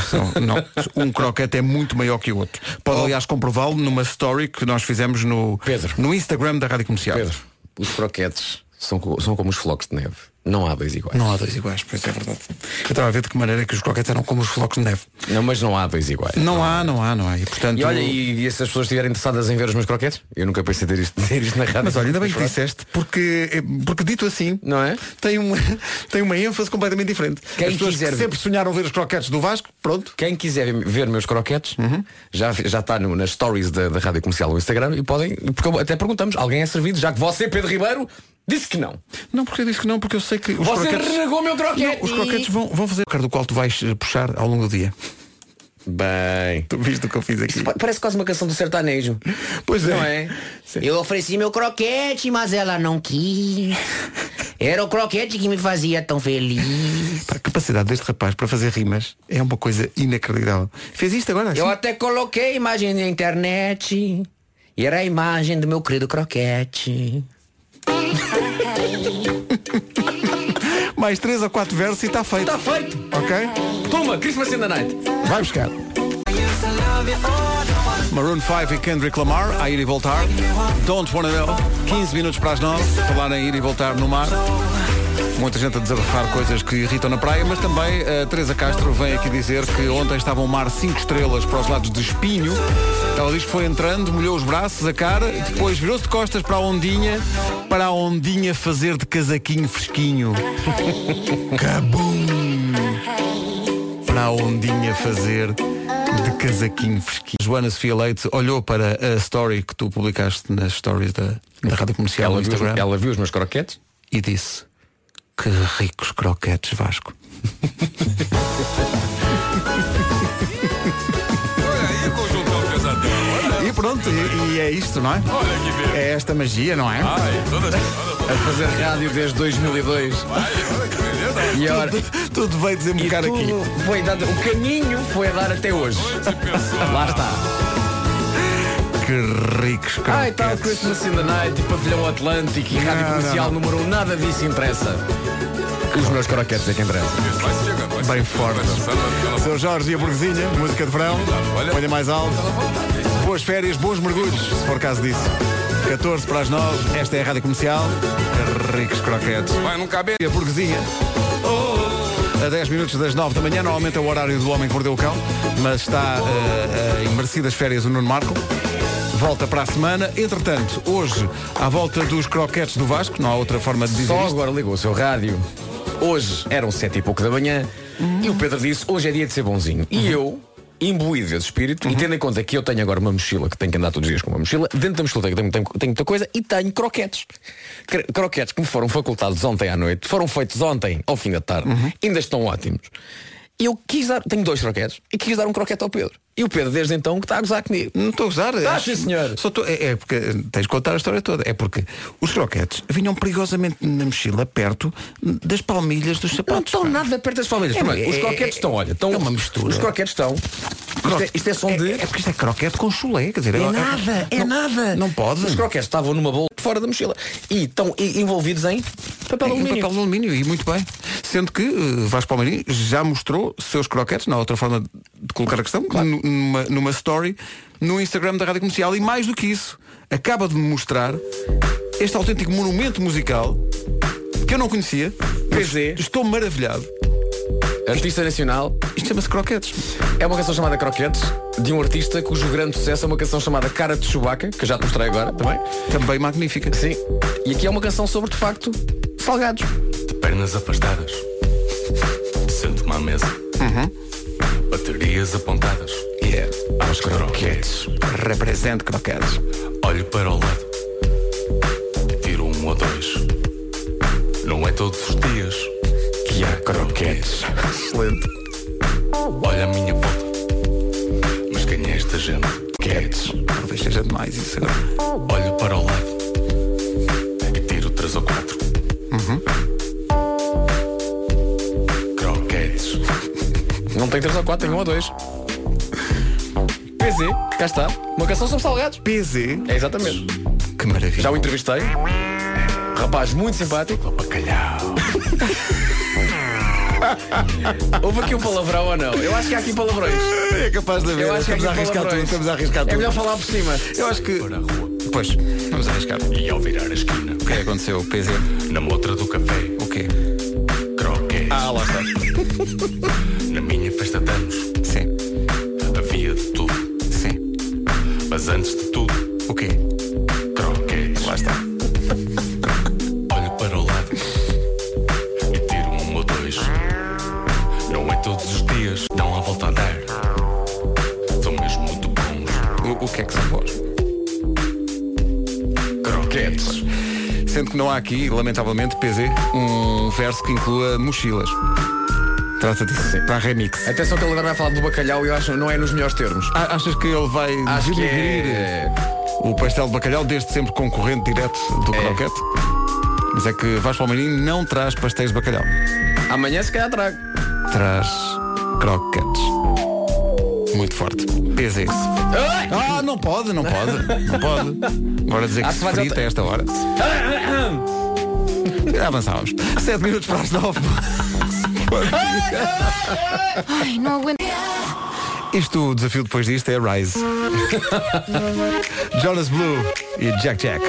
Speaker 1: São- não, um croquete é muito maior que o outro. Pode, aliás, comprová-lo numa story que nós fizemos no, no Instagram da Rádio Comercial. Pedro,
Speaker 3: os croquetes são, co- são como os flocos de neve. Não há dois iguais.
Speaker 1: Não há dois iguais, pois é verdade. Eu estava a ver de que maneira é que os croquetes eram como os flocos de neve.
Speaker 3: Não, mas não há dois iguais.
Speaker 1: Não há, não há, não há. E, portanto,
Speaker 3: E olha, e, e se as pessoas estiverem interessadas em ver os meus croquetes? Eu nunca pensei ter isto, dizer isto na rádio.
Speaker 1: Mas olha, ainda bem que disseste, porque, eh, porque dito assim,
Speaker 3: não é?
Speaker 1: Tem uma, tem uma ênfase completamente diferente.
Speaker 3: Quem
Speaker 1: As pessoas
Speaker 3: quiser
Speaker 1: que
Speaker 3: ver-
Speaker 1: sempre sonharam ver os croquetes do Vasco, pronto. Uhum.
Speaker 3: Quem quiser ver meus croquetes, já já está no- nas stories da, da Rádio Comercial no Instagram e podem, porque eu- até perguntamos, alguém é servido, já que você, Pedro Ribeiro, disse que não.
Speaker 1: Não, porque eu disse que não, porque eu sei que os
Speaker 3: Você é
Speaker 1: croquetes...
Speaker 3: regou meu croquete!
Speaker 1: Não, os croquetes vão, vão fazer o do qual tu vais eh, puxar ao longo do dia.
Speaker 3: Bem.
Speaker 1: Tu viste o que eu fiz aqui.
Speaker 3: Parece quase uma canção do sertanejo.
Speaker 1: Pois é.
Speaker 13: Não é? Eu ofereci meu croquete, mas ela não quis. Era o croquete que me fazia tão feliz.
Speaker 1: A capacidade deste rapaz para fazer rimas é uma coisa inacreditável. Fez isto agora?
Speaker 13: Eu até coloquei a imagem na internet. E era a imagem do meu querido croquete.
Speaker 1: Mais três ou quatro versos e está feito.
Speaker 3: Está Tá feito.
Speaker 1: Ok?
Speaker 3: Toma, Christmas in the night.
Speaker 1: Vai buscar. Maroon 5 e Kendrick Lamar, a ir e voltar. Don't Wanna Know, 15 minutos para as 9, falar em ir e voltar no mar. Muita gente a desabafar coisas que irritam na praia, mas também a Eh, Teresa Castro vem aqui dizer que ontem estava um mar 5 estrelas para os lados de Espinho. Ela diz que foi entrando, molhou os braços, a cara, depois virou-se de costas para a ondinha, para a ondinha fazer de casaquinho fresquinho. Cabum! Para a ondinha fazer de casaquinho fresquinho. Joana Sofia Leite olhou para a story que tu publicaste nas stories da, da Rádio Comercial
Speaker 3: Ela
Speaker 1: no
Speaker 3: viu os-
Speaker 1: Instagram.
Speaker 3: ela viu os meus croquetes?
Speaker 1: E disse, que ricos croquetes, Vasco. E pronto, e, e é isto, não é? É esta magia, não é?
Speaker 3: A fazer rádio desde 2002. E agora,
Speaker 1: tudo, tudo veio desembocar
Speaker 3: aqui. Foi dado, o caminho foi a dar até hoje. Lá está.
Speaker 1: Que ricos croquetes.
Speaker 3: Ai, tal Christmas in the Night e Pavilhão Atlântico e Rádio
Speaker 1: Não, não,
Speaker 3: Comercial
Speaker 1: não.
Speaker 3: número 1, nada disso interessa. Os meus croquetes é que interessam.
Speaker 1: Bem forte. Seu Jorge e a Burguesinha, música de verão. Olha mais alto. Boas férias, bons mergulhos, se for caso disso. 14 para as 9, esta é a Rádio Comercial. Que Ricos croquetes. Vai num cabelo. E a burguesinha. A 10 minutos das 9 da manhã, normalmente é o horário do homem que mordeu o cão, mas está eh, eh, em merecidas férias o Nuno Marco. Volta para a semana. Entretanto, hoje, à volta dos croquetes do Vasco, não há outra forma de dizer
Speaker 3: Só
Speaker 1: isto.
Speaker 3: agora ligou o seu rádio. Hoje eram sete e pouco da manhã e o Pedro disse hoje é dia de ser bonzinho. E eu, imbuído desse espírito, e tendo em conta que eu tenho agora uma mochila que tenho que andar todos os dias com uma mochila, dentro da mochila tenho, tenho, tenho muita coisa e tenho croquetes. Cro- Croquetes que me foram facultados ontem à noite, foram feitos ontem ao fim da tarde, ainda estão ótimos. E eu quis dar, tenho dois croquetes, e quis dar um croquete ao Pedro. E o Pedro desde então que está a gozar comigo.
Speaker 1: Não estou a gozar.
Speaker 3: Tá,
Speaker 1: acho-
Speaker 3: sim, senhor.
Speaker 1: Só tô- é, é porque eh, tens de contar a história toda. É porque os croquetes vinham perigosamente na mochila perto das palmilhas dos sapatos. Não estão
Speaker 3: nada perto das palmilhas. Primeiro, os croquetes estão, olha, estão.
Speaker 1: É uma mistura.
Speaker 3: é, Os croquetes estão. Isto é, isto é som de.
Speaker 1: É, porque isto é croquete com chulé, quer dizer,
Speaker 3: É
Speaker 1: eu-
Speaker 3: nada, é
Speaker 1: não-
Speaker 3: nada.
Speaker 1: Não pode.
Speaker 3: Os croquetes estavam numa bola fora da mochila e estão i- envolvidos em papel
Speaker 1: Em
Speaker 3: alumínio.
Speaker 1: papel de alumínio, um e muito bem. Sendo que eh, Vasco Palmeirinho já mostrou seus croquetes, na outra forma de colocar a questão, nu- numa, numa story no Instagram da Rádio Comercial. E mais do que isso, acaba de me mostrar este autêntico monumento musical que eu não conhecia. mas Estou maravilhado.
Speaker 3: Artista nacional.
Speaker 1: Isto chama-se Croquetes.
Speaker 3: É uma canção chamada Croquetes, de um artista cujo grande sucesso é uma canção chamada Cara de Chewbacca, que eu já te mostrei agora também.
Speaker 1: Também magnífica.
Speaker 3: Sim. E aqui é uma canção sobre, de facto, salgados.
Speaker 7: Pernas afastadas. Sento-me à mesa.
Speaker 3: Uhum.
Speaker 7: Baterias apontadas.
Speaker 1: Yeah.
Speaker 7: Aos croquetes.
Speaker 1: Represente croquetes.
Speaker 7: Olho para o lado. Tiro um ou dois. Não é todos os dias que há croquetes.
Speaker 1: Excelente.
Speaker 7: Olha a minha volta. Mas quem é esta gente? Croquetes.
Speaker 1: Talvez seja demais isso agora.
Speaker 7: Olho para o lado. E tiro três ou quatro. Croquetes.
Speaker 3: Não tem três ou quatro, tem um ou dois. PZ, cá está. Uma canção sobre salgados.
Speaker 1: PZ.
Speaker 3: É exatamente.
Speaker 1: Que maravilha.
Speaker 3: Já o entrevistei. Rapaz muito simpático.
Speaker 7: Bacalhau.
Speaker 3: Houve aqui um palavrão ou não? Eu acho que há aqui palavrões.
Speaker 1: É capaz de haver.
Speaker 3: Eu acho que
Speaker 1: Estamos
Speaker 3: é
Speaker 1: a arriscar
Speaker 3: palavrões.
Speaker 1: tudo. Estamos a arriscar tudo.
Speaker 3: É melhor falar por cima.
Speaker 1: Eu acho que. Pois, vamos arriscar.
Speaker 7: E ao virar a esquina.
Speaker 1: O que é que aconteceu, PZ?
Speaker 7: Na motra do café.
Speaker 1: O quê?
Speaker 7: Croquetes.
Speaker 1: Ah, lá está.
Speaker 7: Na minha festa de anos.
Speaker 1: Sim,
Speaker 7: Havia de tudo.
Speaker 1: sim.
Speaker 7: Mas antes de tudo.
Speaker 1: O quê?
Speaker 7: Croquetes.
Speaker 1: Lá está.
Speaker 7: Olho para o lado. E tiro um ou dois. Não é todos os dias. Não há volta a dar. São mesmo muito bons.
Speaker 1: O, o que é que são vós?
Speaker 7: Croquetes.
Speaker 1: Sendo que não há aqui, lamentavelmente, PZ, um verso que inclua mochilas. Trata disso. Para a remix.
Speaker 3: Atenção que ele agora vai falar do bacalhau e eu acho que não é nos melhores termos.
Speaker 1: A- Achas que ele vai
Speaker 3: Acho que
Speaker 1: denegrir
Speaker 3: é...
Speaker 1: o pastel de bacalhau, desde sempre concorrente direto do
Speaker 3: É.
Speaker 1: croquete? Mas é que Vasco Palmeirinho não traz pastéis de bacalhau.
Speaker 3: Amanhã se calhar trago.
Speaker 1: Traz croquetes. Muito forte. PZ.
Speaker 3: Ai!
Speaker 1: Ah, não pode, não pode, não pode. Agora dizer que
Speaker 3: Ah,
Speaker 1: se
Speaker 3: se vais
Speaker 1: frita
Speaker 3: outra-
Speaker 1: a esta hora. Avançávamos. Sete minutos para as nove.
Speaker 8: Ai, não aguento.
Speaker 1: Isto, o desafio depois disto é Rise. Jonas Blue e Jack Jack.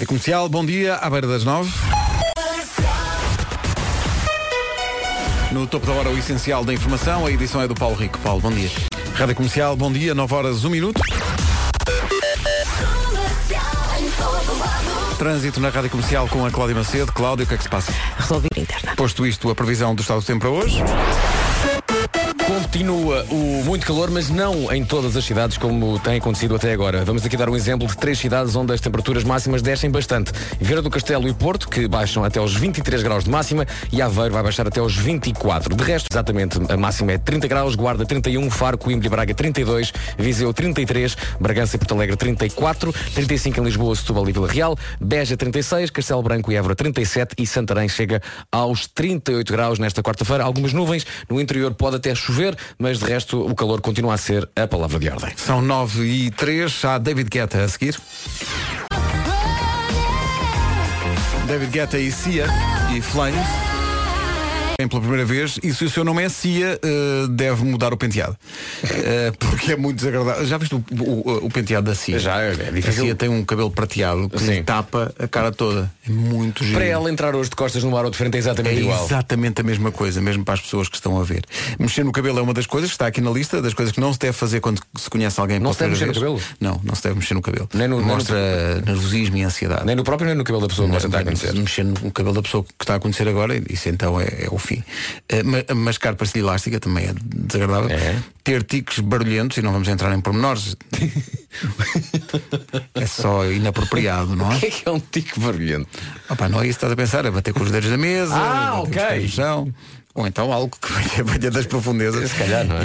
Speaker 1: É comercial, bom dia, à beira das nove. No topo da hora, o essencial da informação. A edição é do Paulo Rico. Paulo, bom dia. Rádio Comercial, bom dia, nove horas, um minuto. Trânsito na Rádio Comercial com a Cláudia Macedo. Cláudia, o que é que se passa?
Speaker 2: Resolver a interna.
Speaker 1: Posto isto, a previsão do estado do tempo para hoje.
Speaker 3: Continua o muito calor, mas não em todas as cidades como tem acontecido até agora. Vamos aqui dar um exemplo de três cidades onde as temperaturas máximas descem bastante. Vera do Castelo e Porto, que baixam até aos 23 graus de máxima, e Aveiro vai baixar até aos 24. De resto, exatamente, a máxima é 30 graus, Guarda 31, Faro, Coimbra e Braga 32, Viseu 33, Bragança e Porto Alegre 34, 35 em Lisboa, Setúbal e Vila Real, Beja 36, Castelo Branco e Évora 37 e Santarém chega aos 38 graus nesta quarta-feira. Algumas nuvens, no interior pode até chover, mas de resto o calor continua a ser a palavra de ordem.
Speaker 1: São 9 e 3, há David Guetta a seguir. David Guetta e Cia e Flames. Vêm Pela primeira vez, e se o seu nome é Cia, eh, deve mudar o penteado. Eh, porque é muito desagradável. Já viste o, o- o penteado da Cia? Já, é
Speaker 3: difícil.
Speaker 1: A Cia tem um cabelo prateado que lhe tapa a cara toda. É muito giro.
Speaker 3: Para ela entrar hoje de costas no mar ou de frente é exatamente
Speaker 1: É
Speaker 3: igual.
Speaker 1: exatamente a mesma coisa, mesmo para as pessoas que estão a ver. Mexer no cabelo é uma das coisas que está aqui na lista, das coisas que não se deve fazer quando se conhece alguém pela
Speaker 3: Não se deve
Speaker 1: primeira
Speaker 3: mexer no
Speaker 1: vez. Não, não se deve mexer no cabelo.
Speaker 3: no- nem
Speaker 1: Mostra nervosismo e ansiedade.
Speaker 3: Nem no próprio, nem no cabelo da pessoa que está a
Speaker 1: acontecer. Mexer no cabelo da pessoa que está a acontecer agora, isso então é, é o fim. Eh, ma- A mascar pastilha elástica também é desagradável. Ter tiques barulhentos, e não vamos entrar em pormenores. é só inapropriado, não é? O que
Speaker 3: é que é um tique barulhento?
Speaker 1: Opa, não é isso que estás a pensar, é bater com os dedos da mesa,
Speaker 3: Ah,
Speaker 1: bater com os
Speaker 3: ok.
Speaker 1: pés no chão. Ou então algo que venha- venha das profundezas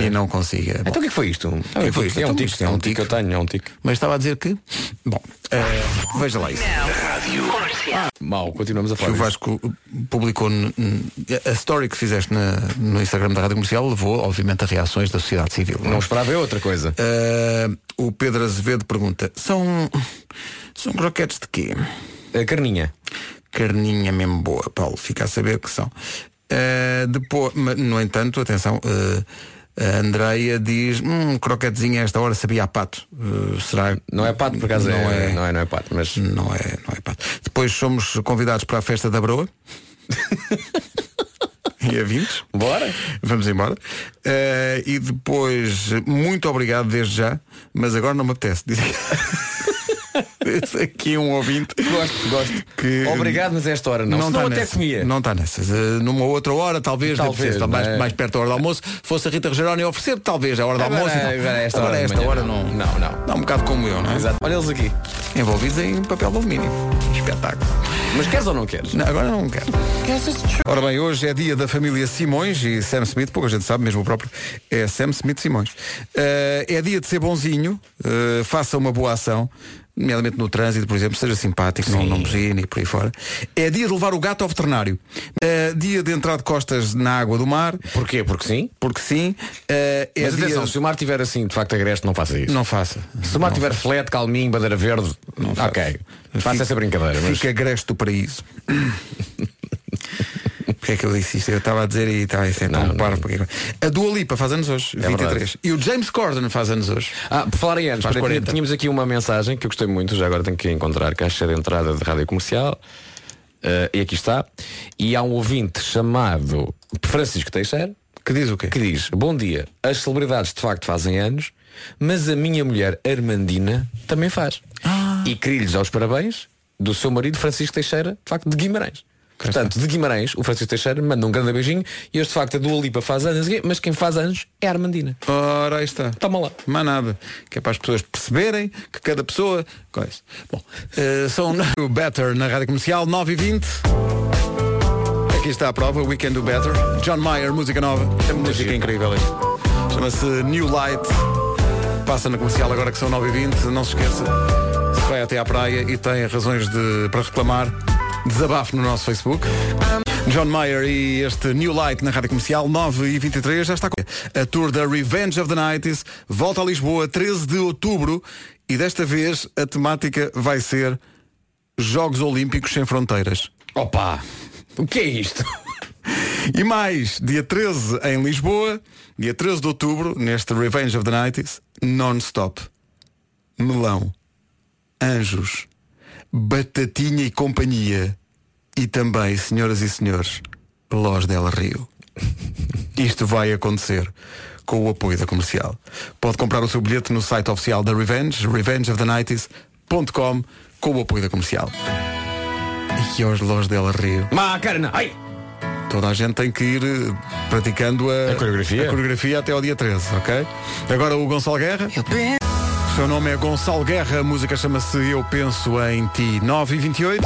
Speaker 1: e não consiga. Bom,
Speaker 3: Então o que é que foi isto?
Speaker 1: o que é que foi isto?
Speaker 3: É um
Speaker 1: Então,
Speaker 3: tique,
Speaker 1: isto
Speaker 3: é um tique que eu tenho, é um tique.
Speaker 1: Mas estava a dizer que. Bom, eh, veja lá isso.
Speaker 3: Mal, continuamos a
Speaker 1: Que o
Speaker 3: falar.
Speaker 1: Vasco publicou n- n- a story que fizeste na- no Instagram da Rádio Comercial levou, obviamente, a reações da sociedade civil.
Speaker 3: Não esperava é outra coisa.
Speaker 1: Eh, o Pedro Azevedo pergunta: são, são croquetes de quê?
Speaker 3: A carninha.
Speaker 1: Carninha mesmo boa, Paulo, fica a saber que são. Eh, depois, ma- no entanto, atenção, eh, a Andreia diz: hum, croquetezinha a esta hora sabia a pato. Eh, será
Speaker 3: Não é pato, por acaso
Speaker 1: Não
Speaker 3: é,
Speaker 1: é.
Speaker 3: Não é, não é pato, mas.
Speaker 1: Não é, não é pato. Depois somos convidados para a festa da broa. e a 20.
Speaker 3: Bora.
Speaker 1: Vamos embora. Eh, e depois, muito obrigado desde já, mas agora não me apetece. Diz Esse aqui é um ouvinte.
Speaker 3: Gosto, gosto.
Speaker 1: Que
Speaker 3: Obrigado, mas esta hora não. Senão
Speaker 1: tá
Speaker 3: até
Speaker 1: nessas.
Speaker 3: comia.
Speaker 1: Não está nessas. Eh, numa outra hora, talvez,
Speaker 3: Talvez,
Speaker 1: talvez
Speaker 3: não
Speaker 1: mais,
Speaker 3: é?
Speaker 1: mais perto da hora do almoço, fosse a Rita Rogeroni oferecer, talvez, a hora do
Speaker 3: Agora-
Speaker 1: almoço.
Speaker 3: agora
Speaker 1: então.
Speaker 3: é esta hora da
Speaker 1: esta
Speaker 3: manhã,
Speaker 1: hora
Speaker 3: não.
Speaker 1: não.
Speaker 3: Não, não.
Speaker 1: Dá um bocado como eu, não é?
Speaker 3: Exato. Olha eles aqui.
Speaker 1: Envolvidos em papel de alumínio. Espetáculo.
Speaker 3: Mas queres ou não queres?
Speaker 1: Não, agora não quero. Ora bem, hoje é dia da família Simões e Sam Smith, pouca gente sabe, mesmo o próprio, é Sam Smith Simões. Eh, é dia de ser bonzinho, eh, faça uma boa ação, nomeadamente no trânsito, por exemplo, seja simpático, não, não buzine e por aí fora. É dia de levar o gato ao veterinário. Eh, dia de entrar de costas na água do mar.
Speaker 3: Porquê? Porque sim?
Speaker 1: Porque sim. Eh, é
Speaker 3: mas
Speaker 1: dia...
Speaker 3: atenção, se o mar estiver assim, de facto agreste, não faça isso.
Speaker 1: Não faça.
Speaker 3: Se o mar tiver flete, calminho, bandeira verde, ok. Faça essa brincadeira. Mas...
Speaker 1: Fica agreste do paraíso. Porquê é que eu disse isto? Eu estava a dizer e estava a dizer, não, não, paro, porque... A Dua Lipa faz anos hoje, 23.
Speaker 3: É verdade.
Speaker 1: E o James Corden faz anos hoje.
Speaker 3: Ah, por falar em anos,
Speaker 1: Faz
Speaker 3: espera,
Speaker 1: 40.
Speaker 3: tínhamos aqui uma mensagem que eu gostei muito, já agora tenho que encontrar caixa de entrada de rádio comercial. Ah, e aqui está. E há um ouvinte chamado Francisco Teixeira.
Speaker 1: Que diz o quê?
Speaker 3: Que diz, bom dia, as celebridades de facto fazem anos, mas a minha mulher Armandina também faz.
Speaker 1: Ah.
Speaker 3: E queria-lhes aos parabéns do seu marido Francisco Teixeira, de facto, de Guimarães. Portanto, de Guimarães, o Francisco Teixeira manda um grande beijinho e este de facto a Dua Lipa faz anos, mas quem faz anos é a Armandina.
Speaker 1: Ora, aí está.
Speaker 3: Toma lá.
Speaker 1: Mas nada. Que é para as pessoas perceberem que cada pessoa. Coisa. Bom, eh, são o Better na rádio comercial, 9 e 20 Aqui está a prova, Weekend do Better. John Mayer, música nova. É música incrível esta. Chama-se New Light. Passa na comercial agora que são 9 e 20 Não se esqueça, se vai até à praia e tem razões de, para reclamar, desabafo no nosso Facebook. John Mayer e este New Light na Rádio Comercial 9 e 23 já está com a tour da Revenge of the Nights volta a Lisboa 13 de outubro e desta vez a temática vai ser Jogos Olímpicos sem Fronteiras.
Speaker 3: Opa! O que é isto?
Speaker 1: E mais, dia 13 em Lisboa, dia 13 de outubro, neste Revenge of the Nights, non-stop. Melão, Anjos, Batatinha e Companhia e também, senhoras e senhores, Los del Rio. Isto vai acontecer com o apoio da comercial. Pode comprar o seu bilhete no site oficial da Revenge, revengeofthenighties.com, com o apoio da comercial. E que aos Los del Rio.
Speaker 3: Má carne! Ai!
Speaker 1: Toda a gente tem que ir eh, praticando a, a, coreografia? até ao dia 13, ok? Agora o Gonçalo Guerra. O seu nome é Gonçalo Guerra, a música chama-se Eu Penso em Ti 9 e 28.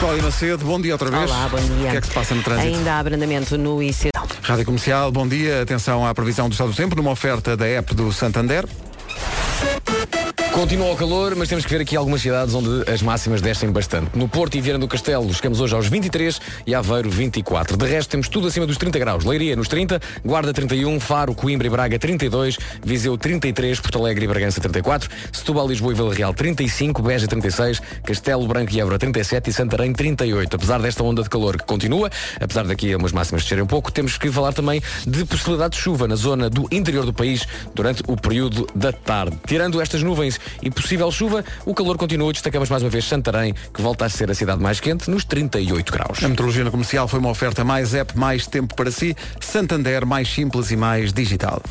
Speaker 1: Cláudia Macedo, bom dia outra vez.
Speaker 2: Olá, bom dia.
Speaker 1: O que é que se passa no trânsito?
Speaker 2: Ainda há abrandamento no IC.
Speaker 1: Rádio Comercial, bom dia. Atenção à previsão do estado do tempo numa oferta da app do Santander.
Speaker 3: Continua o calor, mas temos que ver aqui algumas cidades onde as máximas descem bastante. No Porto e Viana do Castelo, chegamos hoje aos 23 e Aveiro 24. De resto, temos tudo acima dos 30 graus. Leiria nos 30, Guarda 31, Faro, Coimbra e Braga 32, Viseu 33, Porto Alegre e Bragança 34, Setúbal, Lisboa e Vila Real 35, Beja 36, Castelo Branco e Évora 37 e Santarém 38. Apesar desta onda de calor que continua, apesar daqui umas máximas descerem um pouco, temos que falar também de possibilidade de chuva na zona do interior do país durante o período da tarde. Tirando estas nuvens e possível chuva, o calor continua. Destacamos mais uma vez Santarém, que volta a ser a cidade mais quente, nos 38 graus.
Speaker 1: A metrologia no comercial foi uma oferta mais app, mais tempo para si. Santander, mais simples e mais digital.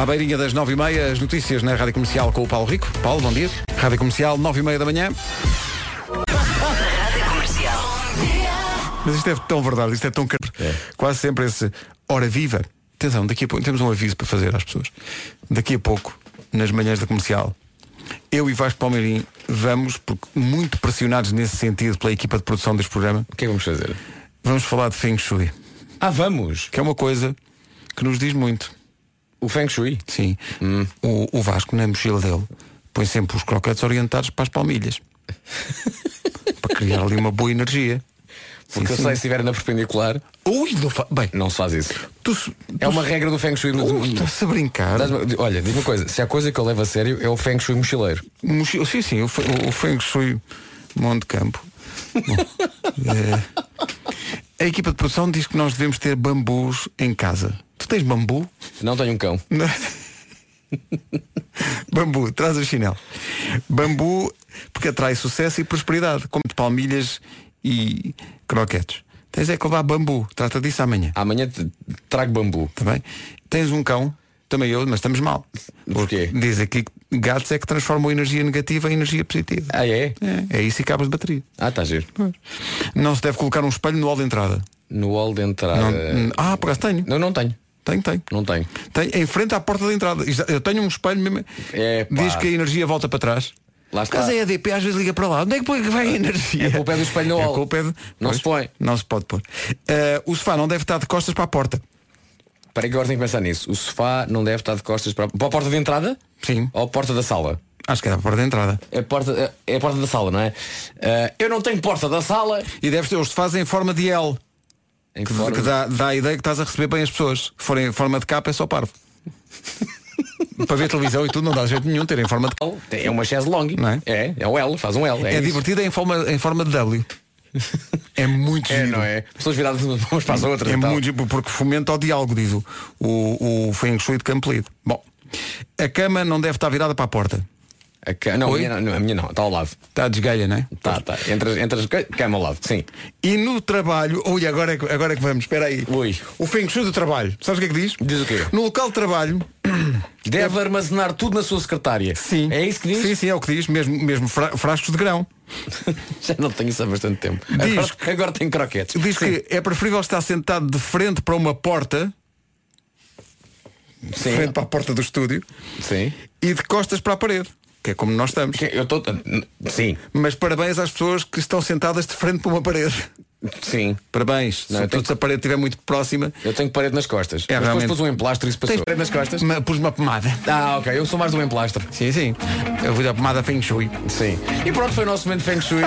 Speaker 1: À beirinha das 9h30, as notícias na Rádio Comercial com o Paulo Rico. Paulo, bom dia. Rádio Comercial, 9h30 da manhã. Mas isto é tão verdade, isto é tão... caro. Quase sempre esse hora viva. Atenção, daqui a pouco, temos um aviso para fazer às pessoas. Daqui a pouco, nas manhãs da comercial, eu e Vasco Palmeirim vamos, porque muito pressionados nesse sentido pela equipa de produção deste programa. O
Speaker 3: que é que vamos fazer?
Speaker 1: Vamos falar de Feng Shui.
Speaker 3: Ah, vamos!
Speaker 1: Que é uma coisa que nos diz muito.
Speaker 3: O Feng Shui?
Speaker 1: Sim.
Speaker 3: Hum.
Speaker 1: O, o Vasco, na mochila dele, põe sempre os croquetes orientados para as palmilhas. para criar ali uma boa energia.
Speaker 3: Porque
Speaker 1: Sim,
Speaker 3: eu sei,
Speaker 1: sim.
Speaker 3: se estiver na perpendicular.
Speaker 1: Ui, não Bem.
Speaker 3: Não se faz isso.
Speaker 1: Tu,
Speaker 3: é uma regra do Feng Shui.
Speaker 1: Ui, está-se a brincar.
Speaker 3: Dás-me- Olha, diz uma coisa: se há coisa que eu levo a sério, é o Feng Shui mochileiro.
Speaker 1: Mochila, sim, sim, o, fe- o, o Feng Shui Monte Campo. Bom, eh, a equipa de produção diz que nós devemos ter bambus em casa. Tu tens bambu?
Speaker 3: Não tenho um cão.
Speaker 1: bambu, traz o chinelo. Bambu porque atrai sucesso e prosperidade, como de palmilhas e croquetes. Tens é que levar bambu, trata disso amanhã.
Speaker 3: Amanhã trago bambu.
Speaker 1: Também. Tens um cão, também eu, mas estamos mal. Porquê? Diz aqui que gatos é que transformam a energia negativa em energia positiva.
Speaker 3: Ah, é?
Speaker 1: É, é isso e cabos de bateria.
Speaker 3: Ah, está giro.
Speaker 1: Não se deve colocar um espelho no hall de entrada.
Speaker 3: No hall de entrada.
Speaker 1: Não- ah, por acaso tenho.
Speaker 3: Não, não tenho.
Speaker 1: Tenho, tenho.
Speaker 3: Não tenho.
Speaker 1: Tenho em frente à porta de entrada. Isto- Eu tenho um espelho mesmo.
Speaker 3: É, pá.
Speaker 1: Diz que a energia volta para trás.
Speaker 3: Lá
Speaker 1: Por acaso
Speaker 3: está.
Speaker 1: é a EDP às vezes liga para lá. Onde é que põe- que vai a energia?
Speaker 3: É com o pé do espelho no
Speaker 1: É
Speaker 3: hall.
Speaker 1: com o pé de-
Speaker 3: Não se põe.
Speaker 1: Não se pode pôr. Eh, o sofá não deve estar de costas para a porta.
Speaker 3: Para que agora tenho que pensar nisso. O sofá não deve estar de costas para, para a porta de entrada?
Speaker 1: Sim.
Speaker 3: Ou a porta da sala?
Speaker 1: Acho que era a porta de entrada.
Speaker 3: É a porta, é a porta da sala, não é? Ah, eu não tenho porta da sala.
Speaker 1: E deves ter os sofás em forma de L.
Speaker 3: Em
Speaker 1: que,
Speaker 3: forma-
Speaker 1: que dá, dá a ideia que estás a receber bem as pessoas. Se forem em forma de capa é só parvo. para ver televisão e tudo não dá jeito nenhum ter em forma de
Speaker 3: capa. É uma chaise longue.
Speaker 1: Não é?
Speaker 3: É, é um L, faz um L.
Speaker 1: É,
Speaker 3: É, isso.
Speaker 1: divertido em forma, em forma de W. É muito
Speaker 3: É,
Speaker 1: giro.
Speaker 3: não é? Pessoas viradas umas para as outras.
Speaker 1: É
Speaker 3: e tal.
Speaker 1: muito giro, porque fomenta o diálogo, diz o, o, o Feng Shui de Campolide. Bom, a cama não deve estar virada para a porta.
Speaker 3: A ca- Não, a
Speaker 1: Oi?
Speaker 3: minha não, a minha não, está ao lado.
Speaker 1: Está a desgalha, não é?
Speaker 3: Tá, tá. Entre, as- entre as ca- cama é ao lado, sim.
Speaker 1: E no trabalho, ui, agora é que, agora é que vamos, espera aí. O Feng Shui do trabalho, sabes o que é que diz?
Speaker 3: Diz o quê?
Speaker 1: No local de trabalho,
Speaker 3: Deve armazenar tudo na sua secretária.
Speaker 1: sim.
Speaker 3: É isso que diz?
Speaker 1: Sim, sim, é o que diz, mesmo, mesmo fra- frascos de grão.
Speaker 3: Já não tenho isso há bastante tempo.
Speaker 1: Diz-
Speaker 3: Agora, agora tenho croquetes.
Speaker 1: Diz
Speaker 3: Sim.
Speaker 1: que é preferível estar sentado de frente para uma porta, de
Speaker 3: Sim.
Speaker 1: frente para a porta do estúdio,
Speaker 3: Sim.
Speaker 1: e de costas para a parede, que é como nós estamos.
Speaker 3: Eu estou. Sim.
Speaker 1: Mas parabéns às pessoas que estão sentadas de frente para uma parede.
Speaker 3: Sim.
Speaker 1: Parabéns.
Speaker 3: Não, eu
Speaker 1: Sobretudo
Speaker 3: tenho-
Speaker 1: se a parede estiver muito próxima.
Speaker 3: Eu tenho parede nas costas.
Speaker 1: É,
Speaker 3: Mas
Speaker 1: realmente.
Speaker 3: Depois pus um emplastro e isso passou.
Speaker 1: Tens
Speaker 3: parede nas costas?
Speaker 1: Ma- Pus uma pomada.
Speaker 3: Ah, ok. Eu sou mais do emplastro.
Speaker 1: Sim, sim. Eu vou dar pomada Feng Shui.
Speaker 3: Sim. E pronto, foi o nosso momento Feng Shui.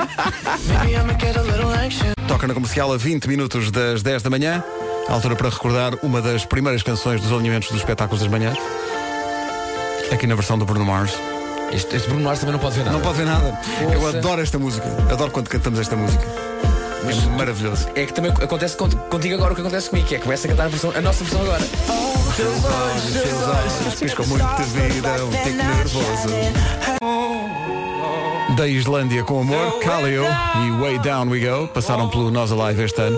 Speaker 1: Toca na comercial a 20 minutos das 10 da manhã. Altura para recordar uma das primeiras canções dos alinhamentos dos espetáculos das manhãs. Aqui na versão do Bruno Mars.
Speaker 3: Este, este Bruno Mars também não pode ver nada.
Speaker 1: Não pode ver nada. Eu
Speaker 3: Força.
Speaker 1: adoro esta música. Adoro quando cantamos esta música. É maravilhoso.
Speaker 3: É que também acontece cont- contigo agora o que acontece comigo, que é que começa a cantar a, versão- a nossa versão agora.
Speaker 1: Teus olhos, teus olhos, piscam muito de vida, um tico nervoso. Da Islândia com amor, Kaleo e Way Down We Go passaram pelo Nós Alive este ano.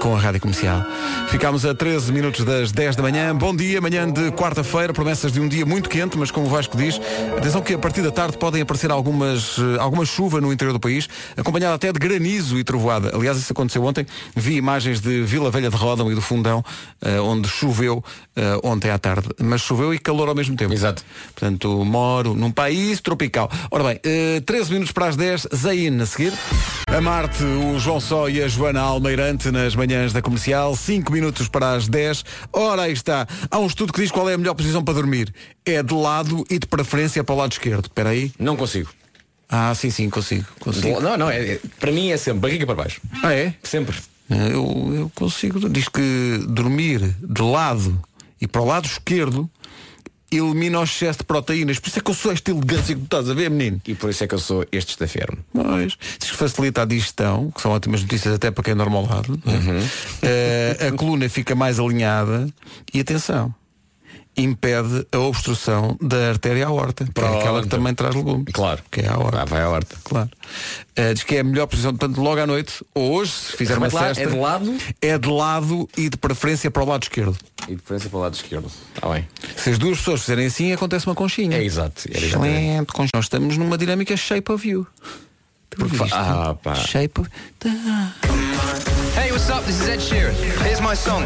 Speaker 1: com a Rádio Comercial. Ficámos a 13 minutos das 10 da manhã. Bom dia, manhã de quarta-feira, promessas de um dia muito quente, mas como o Vasco diz, atenção que a partir da tarde podem aparecer algumas, eh, alguma chuva no interior do país, acompanhada até de granizo e trovoada. Aliás, isso aconteceu ontem. Vi imagens de Vila Velha de Ródão e do Fundão, eh, onde choveu eh, ontem à tarde. Mas choveu e calor ao mesmo tempo. Exato. Portanto, moro num país tropical. Ora bem, eh, 13 minutos para as 10, Zain a seguir. A Marte, o João Só e a Joana Almeirante nas manhãs da comercial, 5 minutos para as 10. Ora, aí está. Há um estudo que diz qual é a melhor posição para dormir. É de lado e de preferência para o lado esquerdo. Espera aí.
Speaker 3: Não consigo.
Speaker 1: Ah, sim, sim, consigo. consigo.
Speaker 3: Não, não, é, é- para mim é sempre barriga para baixo.
Speaker 1: Ah, é?
Speaker 3: Sempre.
Speaker 1: Eu, eu consigo. Diz que dormir de lado e para o lado esquerdo elimina o excesso de proteínas. Por isso é que eu sou esta elegância que tu estás a ver, menino.
Speaker 3: E por isso é que eu sou este estafermo.
Speaker 1: Pois. Diz que facilita a digestão, que são ótimas notícias até para quem é normal lado. não é?
Speaker 3: Uhum.
Speaker 1: Eh, a coluna fica mais alinhada e atenção. Impede a obstrução da artéria aorta, que é aquela que
Speaker 3: Pronto.
Speaker 1: também traz legumes.
Speaker 3: Claro. Ah,
Speaker 1: Que é a horta.
Speaker 3: vai à horta.
Speaker 1: Claro. Eh, diz que é a melhor posição, portanto, logo à noite, ou hoje, se fizer uma
Speaker 3: Repete lá,
Speaker 1: cesta.
Speaker 3: é de lado?
Speaker 1: É de lado e de preferência para o lado esquerdo.
Speaker 3: E de preferência para o lado esquerdo. Está bem.
Speaker 1: Se as duas pessoas fizerem assim, acontece uma conchinha. É
Speaker 3: exato. era
Speaker 1: Excelente. conchinha. Nós estamos numa dinâmica shape of you.
Speaker 3: Porque fa- Ah, pá.
Speaker 1: Shape of...
Speaker 14: Hey, what's up? This is Ed Sheeran. Here's my song.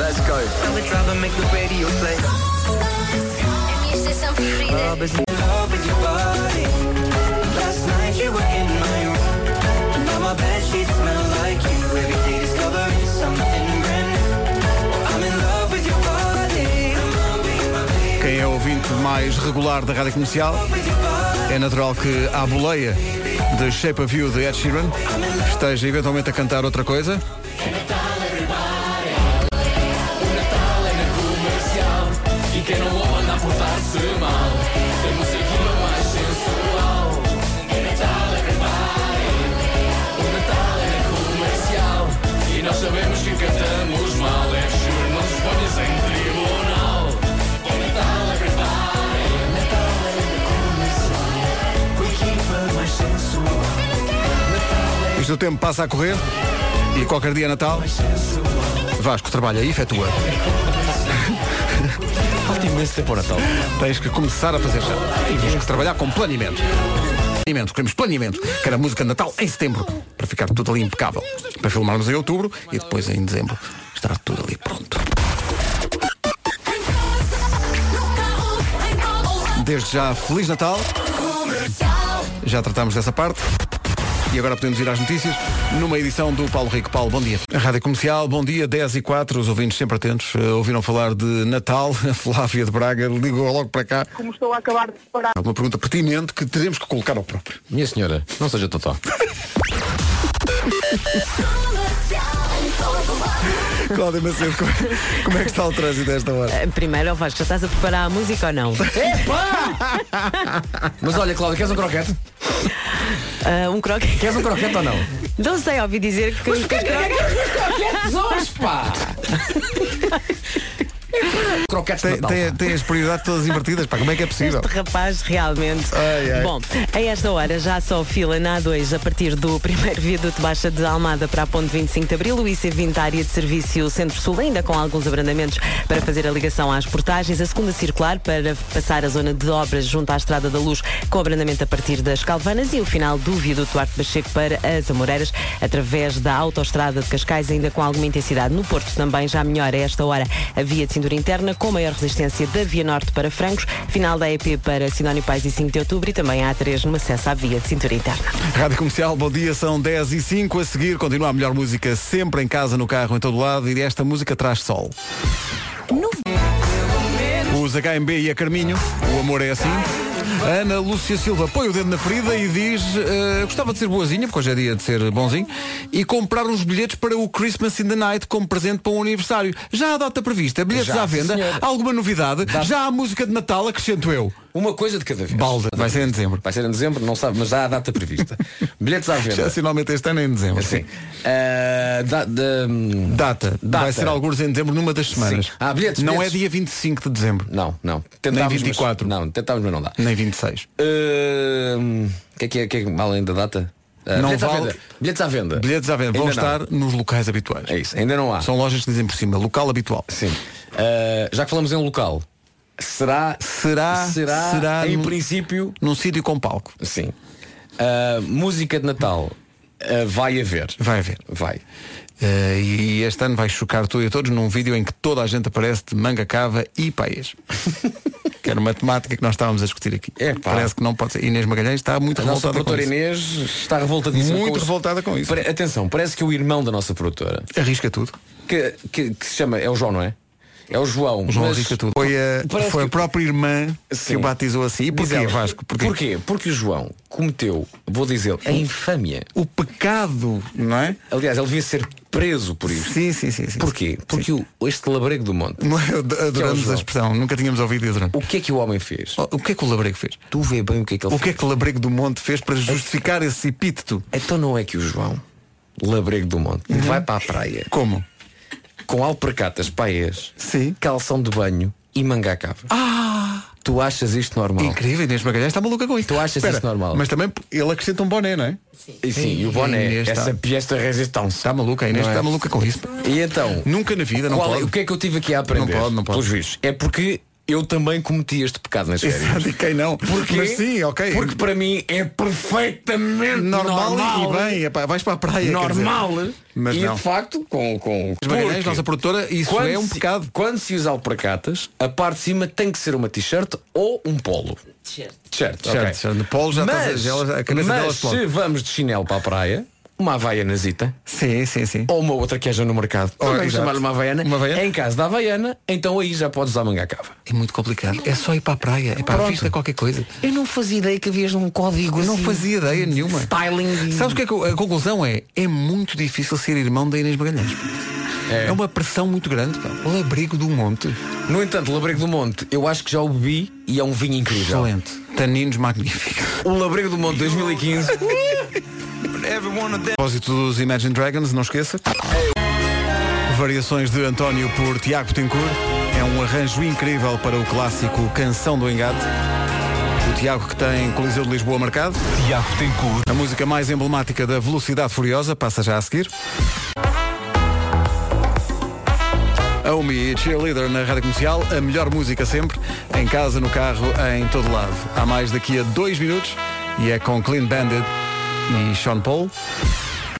Speaker 14: Let's go. Tell the driver, make the radio play.
Speaker 8: A minha estação preferida.
Speaker 14: Love is in love with your body. Last night you were in my room. And now my bed sheets smell like you. Every day discovering something brand new. I'm in love with your body. Come on, be my baby.
Speaker 1: Quem é o ouvinte mais regular da rádio comercial é natural que a boleia de Shape of You de Ed Sheeran esteja eventualmente a cantar outra coisa.
Speaker 7: E quem não anda a portar-se mal Temos aqui o mais sensual É Natal, é O Natal é comercial E nós sabemos que cantamos mal É sure, não nos ponhas em tribunal O Natal é
Speaker 14: We keep her my sensual.
Speaker 1: Isto o tempo passa a correr e qualquer dia é Natal. Vasco trabalha e efetua. Falta imenso tempo Natal. Tens que começar a fazer já. E tens que trabalhar com planeamento. Planeamento, queremos planeamento. Quero a música de Natal em setembro, para ficar tudo ali impecável. Para filmarmos em outubro e depois em dezembro. Estar tudo ali pronto. Desde já, Feliz Natal. Já tratámos dessa parte. E agora podemos ir às notícias numa edição do Paulo Rico. Paulo, bom dia. A Rádio Comercial, bom dia, 10 e 4, os ouvintes sempre atentos. eh, ouviram falar de Natal, a Flávia de Braga ligou logo para cá.
Speaker 15: Como estou a acabar de parar.
Speaker 1: Há uma pergunta pertinente que teremos que colocar ao próprio.
Speaker 3: Minha senhora, não seja totó.
Speaker 1: Cláudia Macedo, como, como é que está o trânsito a esta hora?
Speaker 2: Eh, Primeiro, ó Vasco, já estás a preparar a música ou não?
Speaker 3: Mas olha, Cláudia, queres um croquete?
Speaker 2: Ah, um croquete.
Speaker 3: Queres um croquete ou não?
Speaker 2: Não sei, ouvi dizer que. Mas
Speaker 3: porquê que queres os croquetes hoje, pá? Croquetes
Speaker 1: tem, tem, tem as prioridades todas invertidas, pá, como é que é possível?
Speaker 2: Este rapaz realmente.
Speaker 1: ai.
Speaker 2: Bom, a esta hora já só fila na A2 a partir do primeiro viaduto Baixa de Almada para a ponte 25 de Abril, o IC20 à área de serviço Centro-Sul, ainda com alguns abrandamentos para fazer a ligação às portagens. A segunda circular para passar a zona de obras junto à Estrada da Luz, com abrandamento a partir das Calvanas e o final do viaduto Duarte Pacheco para as Amoreiras, através da autoestrada de Cascais, ainda com alguma intensidade. No Porto também já melhora a esta hora a via de cintura interna, com maior resistência da Via Norte para Francos, final da EP para Sinónio Pais e 5 de Outubro e também a A3 no acesso à via de cintura interna.
Speaker 1: Rádio Comercial, bom dia, são 10 e 5 a seguir. Continua a melhor música sempre em casa, no carro, em todo lado e esta música traz sol. Os HMB e a Carminho, o amor é assim. Ana Lúcia Silva põe o dedo na ferida e diz eh, gostava de ser boazinha, porque hoje é dia de ser bonzinho, e comprar uns bilhetes para o Christmas in the Night como presente para um aniversário. Já há data prevista, bilhetes
Speaker 3: Já,
Speaker 1: à venda,
Speaker 3: senhora.
Speaker 1: alguma novidade,
Speaker 3: Dá-
Speaker 1: já há música de Natal, acrescento eu.
Speaker 3: Uma coisa de cada vez.
Speaker 1: Balda. Vai ser em dezembro.
Speaker 3: Vai ser em dezembro, não sabe, mas já há a data prevista. Bilhetes à venda.
Speaker 1: Já finalmente este ano é em dezembro.
Speaker 3: Sim. Ah, da- da-
Speaker 1: Data.
Speaker 3: Data.
Speaker 1: Vai ser alguns em dezembro numa das semanas.
Speaker 3: Sim. Ah, bilhetes,
Speaker 1: não
Speaker 3: bilhetes.
Speaker 1: é dia 25 de dezembro.
Speaker 3: Não, não.
Speaker 1: Nem 24.
Speaker 3: Mas, não, tentávamos, mas não dá. Eh,
Speaker 1: Nem 26.
Speaker 3: Ah, O que é que é, o que é que- além da data? Ah, Ah,
Speaker 1: Não
Speaker 3: bilhetes, à
Speaker 1: vale-
Speaker 3: venda. bilhetes à venda.
Speaker 1: Bilhetes à venda. Vão
Speaker 3: Ainda não.
Speaker 1: estar nos locais habituais.
Speaker 3: É isso, ainda não há.
Speaker 1: São lojas que dizem por cima, local habitual.
Speaker 3: Sim. Ah, já que falamos em local, será.
Speaker 1: Será,
Speaker 3: Será,
Speaker 1: será
Speaker 3: em
Speaker 1: num-
Speaker 3: princípio.
Speaker 1: Num sítio com palco.
Speaker 3: Sim. Ah, música de Natal ah, vai haver.
Speaker 1: Vai haver.
Speaker 3: Vai.
Speaker 1: Eh, e, e este ano vai chocar tudo e a todos num vídeo em que toda a gente aparece de manga cava e país. que era uma temática que nós estávamos a discutir aqui.
Speaker 3: Epá.
Speaker 1: Parece que não pode ser. Inês Magalhães está muito
Speaker 3: A nossa
Speaker 1: revoltada com
Speaker 3: produtora
Speaker 1: isso.
Speaker 3: Inês está revoltadíssima.
Speaker 1: Muito
Speaker 3: com os-
Speaker 1: revoltada com isso.
Speaker 3: Pare- Atenção, parece que o irmão da nossa produtora,
Speaker 1: Arrisca tudo.
Speaker 3: que, que- que se chama, é o João, não é? É o João.
Speaker 1: O João
Speaker 3: mas-
Speaker 1: arrisca tudo. Foi a,
Speaker 3: Parece
Speaker 1: foi a
Speaker 3: que-
Speaker 1: própria irmã que
Speaker 3: Sim.
Speaker 1: o batizou assim. E
Speaker 3: Diz
Speaker 1: porquê,
Speaker 3: ela,
Speaker 1: Vasco? Porquê?
Speaker 3: Porque o João cometeu, vou dizer, a infâmia.
Speaker 1: O pecado, não é?
Speaker 3: Aliás, ele devia ser preso por isso.
Speaker 1: Sim, sim, sim. sim.
Speaker 3: Porquê? Porque o- este labrego do monte.
Speaker 1: Não é? Adoramos
Speaker 3: João.
Speaker 1: a expressão. Nunca tínhamos ouvido isso.
Speaker 3: O que é que o homem fez?
Speaker 1: O que é que o Labrego fez?
Speaker 3: Tu vê bem o que é que ele
Speaker 1: O que é que o Labrego do Monte fez para justificar esse epíteto?
Speaker 3: fez. Então não é que o João, labrego do monte, vai para a praia
Speaker 1: Como?
Speaker 3: com alpercatas paias,
Speaker 1: Sim. Ah!
Speaker 3: calção de banho e manga à cava. Tu achas isto normal?
Speaker 1: Incrível, Inês Magalhães está maluca com isso.
Speaker 3: Tu achas
Speaker 1: Espera,
Speaker 3: isso normal?
Speaker 1: Mas também ele acrescenta um boné, não é?
Speaker 3: E sim, e o
Speaker 1: A
Speaker 3: boné,
Speaker 1: Inês
Speaker 3: essa
Speaker 1: está-
Speaker 3: piesta resistência.
Speaker 1: Está maluca, a Inês
Speaker 3: Não é?
Speaker 1: está maluca com isso.
Speaker 3: E então,
Speaker 1: Tá Nunca na vida, não
Speaker 3: qual é-
Speaker 1: pode.
Speaker 3: o que é que eu tive aqui a aprender?
Speaker 1: Não pode, não pode.
Speaker 3: Pelos vistos. É porque eu também cometi este pecado nas férias.
Speaker 1: Exato, e quem não?
Speaker 3: é? Porquê?
Speaker 1: Mas sim, ok.
Speaker 3: Porque para mim é perfeitamente
Speaker 1: normal, e
Speaker 3: normal,
Speaker 1: bem, epá, vais para a praia.
Speaker 3: normal.
Speaker 1: Quer dizer. Mas
Speaker 3: e
Speaker 1: não.
Speaker 3: de facto, com. com
Speaker 1: Inês Magalhães,
Speaker 3: porque
Speaker 1: nossa produtora, isso
Speaker 3: quando
Speaker 1: é um
Speaker 3: se-
Speaker 1: pecado.
Speaker 3: quando se usa alpercatas, a parte de cima tem que ser uma t-shirt ou um polo.
Speaker 2: T-shirt.
Speaker 3: T-shirt,
Speaker 1: Certo,
Speaker 3: ok.
Speaker 1: certo. De polo já estás a-
Speaker 3: mas,
Speaker 1: já- a cabeça dela
Speaker 3: mas
Speaker 1: explode.
Speaker 3: se vamos de chinelo para a praia, uma havaianazita,
Speaker 1: Sim, sim, sim.
Speaker 3: ou uma outra que haja no mercado.
Speaker 1: Ora,
Speaker 3: vamos
Speaker 1: Oh, exato.
Speaker 3: chamar-lhe uma havaiana.
Speaker 1: Uma havaiana.
Speaker 3: Em caso da havaiana, então aí já podes usar manga à cava.
Speaker 1: É muito complicado. É só ir para a praia. É para a
Speaker 3: Pronto.
Speaker 1: vista qualquer coisa.
Speaker 13: Eu não fazia ideia que havias um código
Speaker 1: Eu não
Speaker 13: assim.
Speaker 1: fazia ideia nenhuma.
Speaker 13: Styling.
Speaker 1: Sabes o que é que eu- a conclusão é? É muito difícil ser irmão da Inês Magalhães. É, uma pressão muito grande. Pá. Labrigo do Monte.
Speaker 3: No entanto, Labrego do Monte, eu acho que já o bebi e é um vinho incrível.
Speaker 1: Excelente. Taninos magníficos.
Speaker 3: O Labrego do Monte 2015.
Speaker 1: A propósito dos Imagine Dragons, não esqueça. Variações de António por Tiago Betancourt. É um arranjo incrível para o clássico Canção do Engate. O Tiago que tem Coliseu de Lisboa marcado.
Speaker 11: Tiago Tencourt.
Speaker 1: A música mais emblemática da Velocidade Furiosa passa já a seguir. Omi e Cheerleader na Rádio Comercial, a melhor música sempre, em casa, no carro, em todo lado. Há mais daqui a dois minutos e é com Clean Bandit e Sean Paul.